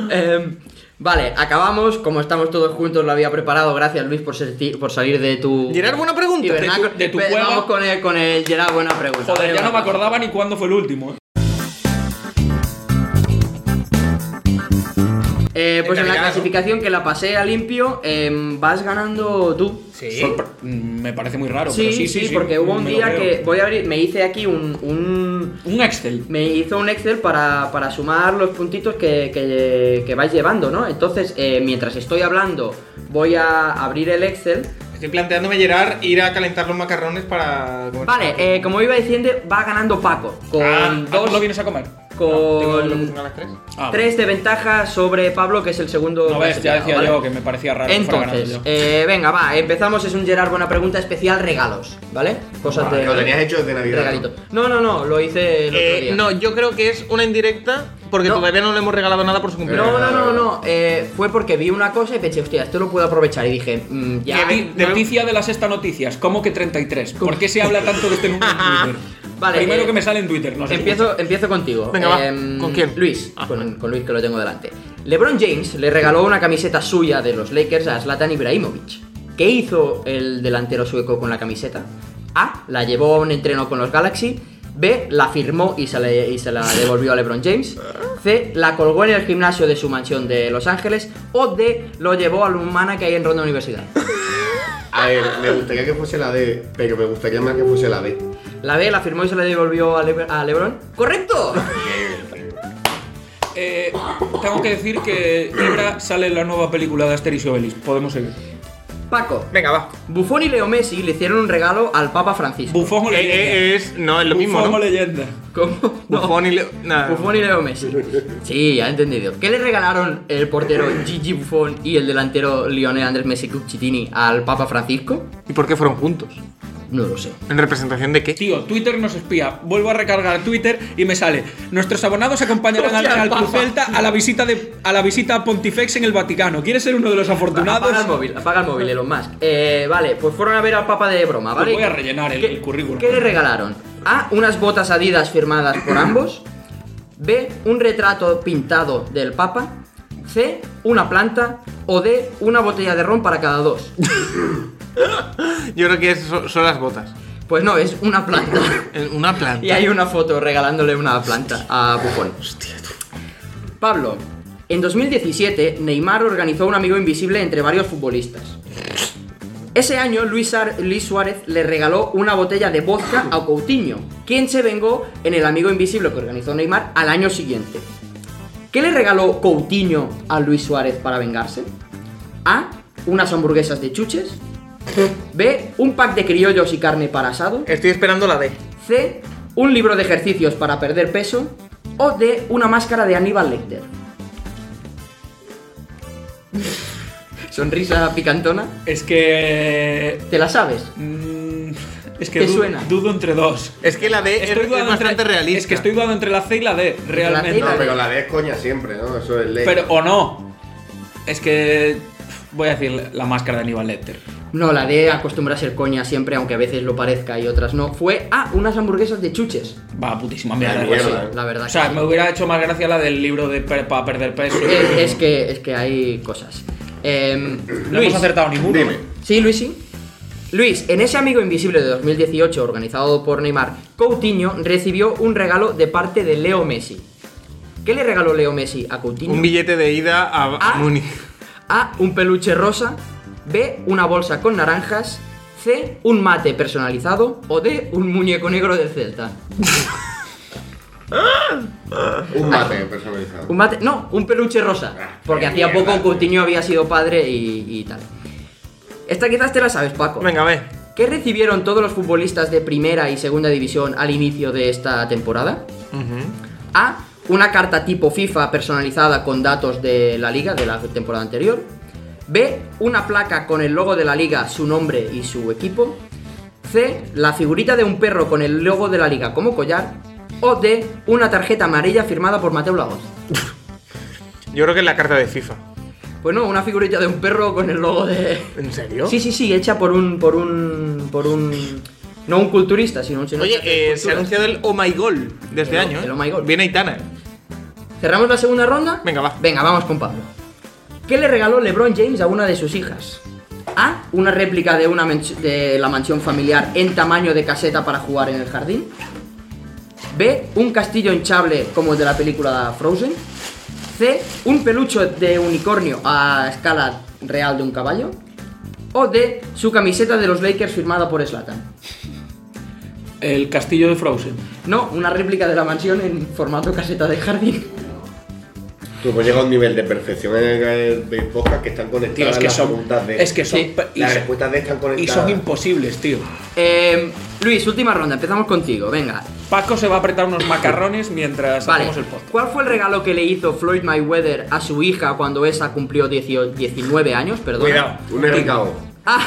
[SPEAKER 2] Em, Vale, acabamos. Como estamos todos juntos, lo había preparado. Gracias, Luis, por, ser ti- por salir de tu.
[SPEAKER 5] Gerard, buena pregunta.
[SPEAKER 2] hibernáculo.
[SPEAKER 3] De tu- de tu
[SPEAKER 2] Pues
[SPEAKER 3] cueva.
[SPEAKER 2] Vamos con el, con el Gerard, buena pregunta.
[SPEAKER 3] Joder, ya no me acordaba ni cuándo fue el último. ¿eh?
[SPEAKER 2] Eh, pues en la
[SPEAKER 5] Encargado.
[SPEAKER 2] clasificación que la pasé a limpio, em, vas ganando tú.
[SPEAKER 3] Sorpre- mm, me parece muy raro,
[SPEAKER 2] sí,
[SPEAKER 3] pero
[SPEAKER 2] sí,
[SPEAKER 3] sí, sí, sí,
[SPEAKER 2] porque hubo un
[SPEAKER 3] me lo
[SPEAKER 2] día
[SPEAKER 3] creo.
[SPEAKER 2] que voy a abrir, me hice aquí un, un-
[SPEAKER 3] Un Excel.
[SPEAKER 2] me hizo un Excel para, para sumar los puntitos que, que, que vais llevando, ¿no? Entonces, eh, mientras estoy hablando, voy a abrir el Excel.
[SPEAKER 5] Estoy planteándome, Gerard, ir a calentar los macarrones para. comer.
[SPEAKER 2] Vale, eh, como iba diciendo, va ganando Paco con
[SPEAKER 3] Ah, ¿ah,
[SPEAKER 2] dos,
[SPEAKER 3] ¿Lo vienes a comer?
[SPEAKER 5] Tengo
[SPEAKER 2] con
[SPEAKER 5] lo que son a las tres.
[SPEAKER 3] Ah,
[SPEAKER 2] tres de ventaja sobre Pablo, que es el segundo.
[SPEAKER 3] No ves, ya
[SPEAKER 2] clasificado,
[SPEAKER 3] decía
[SPEAKER 2] ¿vale?
[SPEAKER 3] yo que me parecía raro. que fuera
[SPEAKER 2] Entonces,
[SPEAKER 3] ganando yo.
[SPEAKER 2] eh, venga, va, empezamos. Es un Gerard Buena Pregunta especial regalos, ¿vale? Cosas de.
[SPEAKER 4] Lo tenías hecho desde Navidad.
[SPEAKER 2] Regalitos. No, no, no, lo hice el otro
[SPEAKER 5] Eh,
[SPEAKER 2] día.
[SPEAKER 5] no, yo creo que es una indirecta porque
[SPEAKER 2] No.
[SPEAKER 5] todavía no le hemos regalado nada por su
[SPEAKER 2] No,
[SPEAKER 5] cumpleaños.
[SPEAKER 2] no, no, no, no, eh, fue porque vi una cosa y pensé, hostia, esto lo puedo aprovechar. Y dije, mm, ya.
[SPEAKER 5] Que vi-
[SPEAKER 3] Noti- Ah, Noticia de la sexta noticias, ¿cómo que 33? ¿Por qué se habla tanto de este número en
[SPEAKER 2] (laughs)
[SPEAKER 3] Twitter?
[SPEAKER 2] Vale,
[SPEAKER 3] Primero
[SPEAKER 2] eh,
[SPEAKER 3] que me sale en Twitter, no sé.
[SPEAKER 2] Empiezo, empiezo contigo. Em,
[SPEAKER 5] Venga, va. ¿Con quién?
[SPEAKER 2] Luis,
[SPEAKER 5] Ah.
[SPEAKER 2] con, con Luis que lo tengo delante. LeBron James le regaló una camiseta suya de los Lakers a Zlatan Ibrahimovic. ¿Qué hizo el delantero sueco con la camiseta? A. La llevó a un entreno con los Galaxy. B. La firmó y se, le- y se la devolvió a LeBron James. C. La colgó en el gimnasio de su mansión de Los Ángeles. O D. Lo llevó a la humana que hay en Ronda Universidad.
[SPEAKER 4] A ver, me gustaría que fuese la D, pero me gustaría más que fuese la B.
[SPEAKER 2] La B. La firmó y se la devolvió a, Lebr- a LeBron.
[SPEAKER 3] (laughs)
[SPEAKER 2] ¡Correcto!
[SPEAKER 3] Eh, tengo que decir que Ibra sale en la nueva película de Asterix y Obelix. Podemos seguir.
[SPEAKER 2] Paco.
[SPEAKER 5] Venga, va.
[SPEAKER 2] Buffon y Leo Messi le hicieron un regalo al Papa Francisco.
[SPEAKER 3] Bufón o
[SPEAKER 5] Eh,
[SPEAKER 3] leyenda.
[SPEAKER 5] eh, es. No, es lo mismo.
[SPEAKER 3] Bufón
[SPEAKER 5] ¿no?
[SPEAKER 3] o leyenda.
[SPEAKER 2] (laughs) ¿Cómo? No.
[SPEAKER 5] Bufón y le- nada.
[SPEAKER 2] Buffon y Leo Messi. Sí, ya he entendido. ¿Qué le regalaron el portero Gigi Buffon y el delantero Lionel Andrés Messi Cucitini al Papa Francisco?
[SPEAKER 5] ¿Y por qué fueron juntos?
[SPEAKER 2] No lo sé.
[SPEAKER 5] ¿En representación de qué?
[SPEAKER 3] Tío, Twitter nos espía. Vuelvo a recargar Twitter y me sale. Nuestros abonados acompañarán al
[SPEAKER 2] Hostia,
[SPEAKER 3] Real Club
[SPEAKER 2] papa.
[SPEAKER 3] Celta a la visita de a la visita a Pontifex en el Vaticano. ¿Quieres ser uno de los afortunados? Pues
[SPEAKER 2] Apaga el móvil, apaga el móvil, Elon Musk. Eh, vale, pues fueron a ver al Papa de broma, ¿vale?
[SPEAKER 3] Lo Pues voy a rellenar el-
[SPEAKER 2] ¿Qué-
[SPEAKER 3] el currículum.
[SPEAKER 2] ¿Qué le regalaron? A. Unas botas adidas firmadas por ambos. B. Un retrato pintado del Papa. C. Una planta. O D. Una botella de ron para cada dos.
[SPEAKER 5] Yo creo que es- son son las botas.
[SPEAKER 2] Pues no, es una planta.
[SPEAKER 5] Eh, Una planta.
[SPEAKER 2] Y hay una foto regalándole una planta a Buffon. Pablo, en 2017 Neymar organizó un amigo invisible entre varios futbolistas. Ese año Luis, Ar- Luis Suárez le regaló una botella de vodka a Coutinho, quien se vengó en el amigo invisible que organizó Neymar al año siguiente. ¿Qué le regaló Coutinho a Luis Suárez para vengarse? A. Unas hamburguesas de chuches. B. Un pack de criollos y carne para asado.
[SPEAKER 5] Estoy esperando la D.
[SPEAKER 2] C. Un libro de ejercicios para perder peso. O D. Una máscara de Aníbal Lecter. (laughs) Sonrisa picantona.
[SPEAKER 3] Es que
[SPEAKER 2] ¿Te la sabes?
[SPEAKER 3] mm, es que
[SPEAKER 2] ¿Te
[SPEAKER 3] du-
[SPEAKER 2] suena?
[SPEAKER 3] dudo entre dos.
[SPEAKER 5] Es que la D es, es
[SPEAKER 3] dudando entre-
[SPEAKER 5] bastante realista.
[SPEAKER 3] Es que estoy dudando entre la C y la D,
[SPEAKER 2] la C y
[SPEAKER 3] realmente.
[SPEAKER 2] la
[SPEAKER 4] No,
[SPEAKER 2] D.
[SPEAKER 4] pero la D es coña siempre, ¿no? Eso es ley.
[SPEAKER 3] Pero, o no. Es que. Voy a decir la- la máscara de Aníbal Lecter.
[SPEAKER 2] No, la D acostumbra a ser coña siempre, aunque a veces lo parezca y otras no. Fue ah, unas hamburguesas de chuches.
[SPEAKER 3] Va, putísima
[SPEAKER 4] De
[SPEAKER 3] mierda.
[SPEAKER 4] mierda.
[SPEAKER 3] pues sí.
[SPEAKER 2] La verdad.
[SPEAKER 3] O sea,
[SPEAKER 2] que-
[SPEAKER 3] me hubiera hecho más gracia la del libro de per- para perder peso.
[SPEAKER 2] es, Eh, es que, es que hay cosas. Em,
[SPEAKER 3] No
[SPEAKER 2] Luis.
[SPEAKER 3] hemos acertado ninguno.
[SPEAKER 4] Dime.
[SPEAKER 2] Sí, Luis, sí. Luis, en ese amigo invisible de 2018 organizado por Neymar, Coutinho recibió un regalo de parte de Leo Messi. ¿Qué le regaló Leo Messi a Coutinho?
[SPEAKER 5] Un billete de ida a, a
[SPEAKER 2] Ah.
[SPEAKER 5] Múnich.
[SPEAKER 2] a. Un peluche rosa. B. Una bolsa con naranjas. C. Un mate personalizado. O D. Un muñeco negro del Celta.
[SPEAKER 4] Un mate personalizado.
[SPEAKER 2] Un mate. No, un peluche
[SPEAKER 5] Ah,
[SPEAKER 2] rosa. Porque hacía poco Coutinho había sido padre y, y tal. Esta quizás te la sabes, Paco.
[SPEAKER 5] Venga, ve.
[SPEAKER 2] ¿Qué recibieron todos los futbolistas de primera y segunda división al inicio de esta temporada? A. Una carta tipo FIFA personalizada con datos de la liga de la temporada anterior. B. Una placa con el logo de la liga, su nombre y su equipo. C. La figurita de un perro con el logo de la liga como collar. O D. Una tarjeta amarilla firmada por Mateo Lagos.
[SPEAKER 5] Yo creo que es la carta de FIFA.
[SPEAKER 2] Pues no, una figurita de un perro con el logo de...
[SPEAKER 5] ¿En serio?
[SPEAKER 2] Sí, sí, sí, hecha por un... por un... por un... No un culturista, sino un... sino
[SPEAKER 5] Oye,
[SPEAKER 2] hecha por
[SPEAKER 5] eh,
[SPEAKER 2] culturas.
[SPEAKER 5] se ha anunciado el Oh My Goal de este
[SPEAKER 2] El-
[SPEAKER 5] año. ¿eh?
[SPEAKER 2] el Oh My Goal.
[SPEAKER 5] Viene Aitana.
[SPEAKER 2] ¿Cerramos la segunda ronda?
[SPEAKER 5] Venga, va.
[SPEAKER 2] Venga, vamos con Pablo. ¿Qué le regaló LeBron James a una de sus hijas? A. Una réplica de, una mens- de la mansión familiar en tamaño de caseta para jugar en el jardín. B. Un castillo hinchable como el de la película Frozen. C. Un pelucho de unicornio a escala real de un caballo. O D. Su camiseta de los Lakers firmada por Slatan.
[SPEAKER 3] El castillo de Frozen.
[SPEAKER 2] No, una réplica de la mansión en formato caseta de (laughs) jardín.
[SPEAKER 4] Tú pues llega a un nivel de perfección en el, en el podcast que están conectadas
[SPEAKER 3] Tío, es que
[SPEAKER 4] las
[SPEAKER 3] son.
[SPEAKER 4] preguntas de.
[SPEAKER 3] Es que son.
[SPEAKER 2] Sí.
[SPEAKER 3] y
[SPEAKER 4] las
[SPEAKER 3] son-
[SPEAKER 4] respuestas de están
[SPEAKER 3] y
[SPEAKER 4] conectadas.
[SPEAKER 3] son imposibles, tío.
[SPEAKER 2] Eh, Luis, última ronda, empezamos contigo, venga.
[SPEAKER 3] Paco se va a apretar unos macarrones mientras
[SPEAKER 2] Vale,
[SPEAKER 3] hacemos el podcast.
[SPEAKER 2] ¿cuál fue el regalo que le hizo Floyd Mayweather a su hija cuando esa cumplió 18 19 años? Perdón.
[SPEAKER 3] Cuidado.
[SPEAKER 4] Un recao.
[SPEAKER 2] Ah,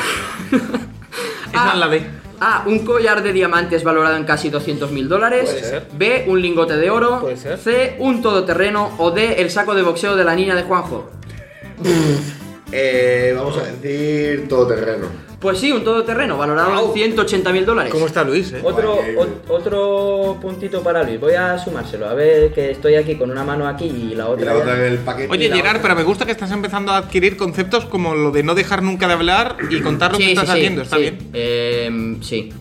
[SPEAKER 5] Esa es la D.
[SPEAKER 2] A. Un collar de diamantes valorado en casi 200 mil
[SPEAKER 3] Puede
[SPEAKER 2] dólares.
[SPEAKER 3] ser.
[SPEAKER 2] B. Un lingote de oro.
[SPEAKER 3] Puede ser.
[SPEAKER 2] C. Un todoterreno. O D. El saco de boxeo de la niña de Juanjo.
[SPEAKER 4] Eh, vamos a decir todoterreno.
[SPEAKER 2] Pues sí, un todoterreno valorado en 180 mil dólares.
[SPEAKER 5] ¿Cómo está Luis, eh?
[SPEAKER 2] Otro,
[SPEAKER 4] Vale.
[SPEAKER 2] ot- otro puntito para Luis. Voy a sumárselo. A ver que estoy aquí con una mano aquí y la
[SPEAKER 4] Y
[SPEAKER 2] otra.
[SPEAKER 4] la otra en
[SPEAKER 2] ya.
[SPEAKER 4] el paquete.
[SPEAKER 5] Oye,
[SPEAKER 4] Y la
[SPEAKER 5] Gerard,
[SPEAKER 4] otra-
[SPEAKER 5] pero me gusta que estás empezando a adquirir conceptos como lo de no dejar nunca de hablar y contar lo Ah, que estás haciendo, ¿está
[SPEAKER 2] sí.
[SPEAKER 5] bien?
[SPEAKER 2] Em, sí.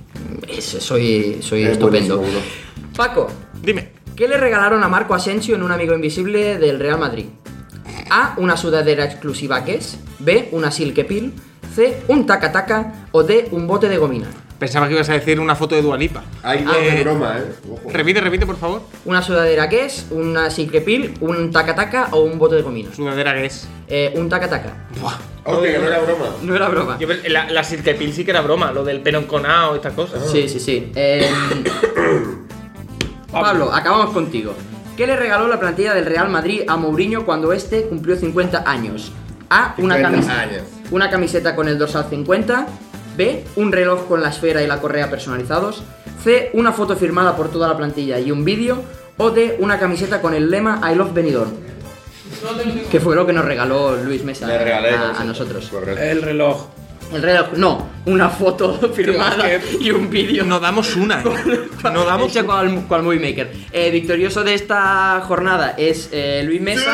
[SPEAKER 2] Es- soy soy
[SPEAKER 4] Eh,
[SPEAKER 2] estupendo.
[SPEAKER 4] buenísimo,
[SPEAKER 2] Paco,
[SPEAKER 5] Dime.
[SPEAKER 2] ¿qué le regalaron a Marco Asensio en un amigo invisible del Real Madrid? A. Una sudadera exclusiva que es. B. Una silke peel. C. Un taca-taca. O D. Un bote de gomina.
[SPEAKER 5] Pensaba que ibas a decir una foto de Dualipa.
[SPEAKER 4] Hay dos de broma, ¿eh? Ojo.
[SPEAKER 5] Repite, repite, por favor.
[SPEAKER 2] Una sudadera que es. Una silke peel. Un taca-taca. O un bote de gomina.
[SPEAKER 5] Sudadera que es.
[SPEAKER 2] Eh, un taca-taca.
[SPEAKER 5] Buah.
[SPEAKER 4] Hostia, que no era broma.
[SPEAKER 2] No era broma.
[SPEAKER 6] Yo, pe- la, la Silke Pil sí que era broma, lo del pelo enconado y estas
[SPEAKER 4] Ah.
[SPEAKER 6] cosas.
[SPEAKER 2] Sí, sí, sí.
[SPEAKER 4] (coughs)
[SPEAKER 2] Em, Pablo, acabamos contigo. ¿Qué le regaló la plantilla del Real Madrid a Mourinho cuando este cumplió 50 años? A. Una,
[SPEAKER 4] 50
[SPEAKER 2] camis-
[SPEAKER 4] años.
[SPEAKER 2] una camiseta con el dorsal 50. B. Un reloj con la esfera y la correa personalizados. C. Una foto firmada por toda la plantilla y un vídeo. O D. Una camiseta con el lema I love Benidorm. Que fue lo que nos regaló Luis Mesa
[SPEAKER 4] Le regalé
[SPEAKER 2] a- Ah, a,
[SPEAKER 4] concepto.
[SPEAKER 2] nosotros.
[SPEAKER 4] Correcto.
[SPEAKER 3] El reloj.
[SPEAKER 2] El reloj, no, una foto (laughs) firmada y un vídeo.
[SPEAKER 5] No damos una,
[SPEAKER 2] (laughs)
[SPEAKER 5] eh. No damos
[SPEAKER 2] Hecho cual, cual movie maker. Eh, victorioso de esta jornada es eh, Luis Mesa,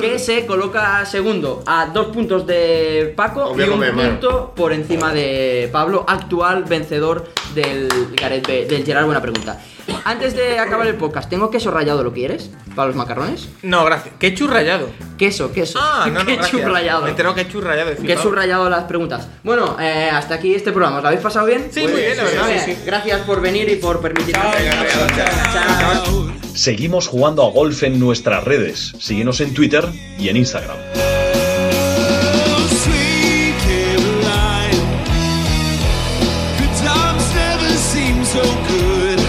[SPEAKER 2] que se coloca segundo a dos puntos de Paco
[SPEAKER 4] Obvio
[SPEAKER 2] y un
[SPEAKER 4] como mi hermano.
[SPEAKER 2] punto por encima de Pablo, actual vencedor del Gareth B- del Gerard Buena Pregunta. Antes de acabar el podcast, ¿tengo queso rallado lo quieres? ¿Para los macarrones?
[SPEAKER 5] No, gracias. Qué churrayado.
[SPEAKER 2] Queso, queso.
[SPEAKER 5] Ah, no,
[SPEAKER 2] (laughs)
[SPEAKER 5] no,
[SPEAKER 2] Ketchup
[SPEAKER 5] gracias.
[SPEAKER 2] rallado.
[SPEAKER 5] Me he enterado que es churrayado. he
[SPEAKER 2] Que he
[SPEAKER 5] flipado.
[SPEAKER 2] subrayado las preguntas. Bueno, eh, hasta aquí este programa. ¿Os lo habéis pasado bien?
[SPEAKER 5] Sí, muy bien, la verdad,
[SPEAKER 2] vale.
[SPEAKER 5] sí, sí.
[SPEAKER 2] Gracias por venir y por permitirnos. Chao.
[SPEAKER 1] Seguimos jugando a golf en nuestras redes. Síguenos en Twitter y en Instagram.
[SPEAKER 7] Sweet Caroline, good times never seem so good.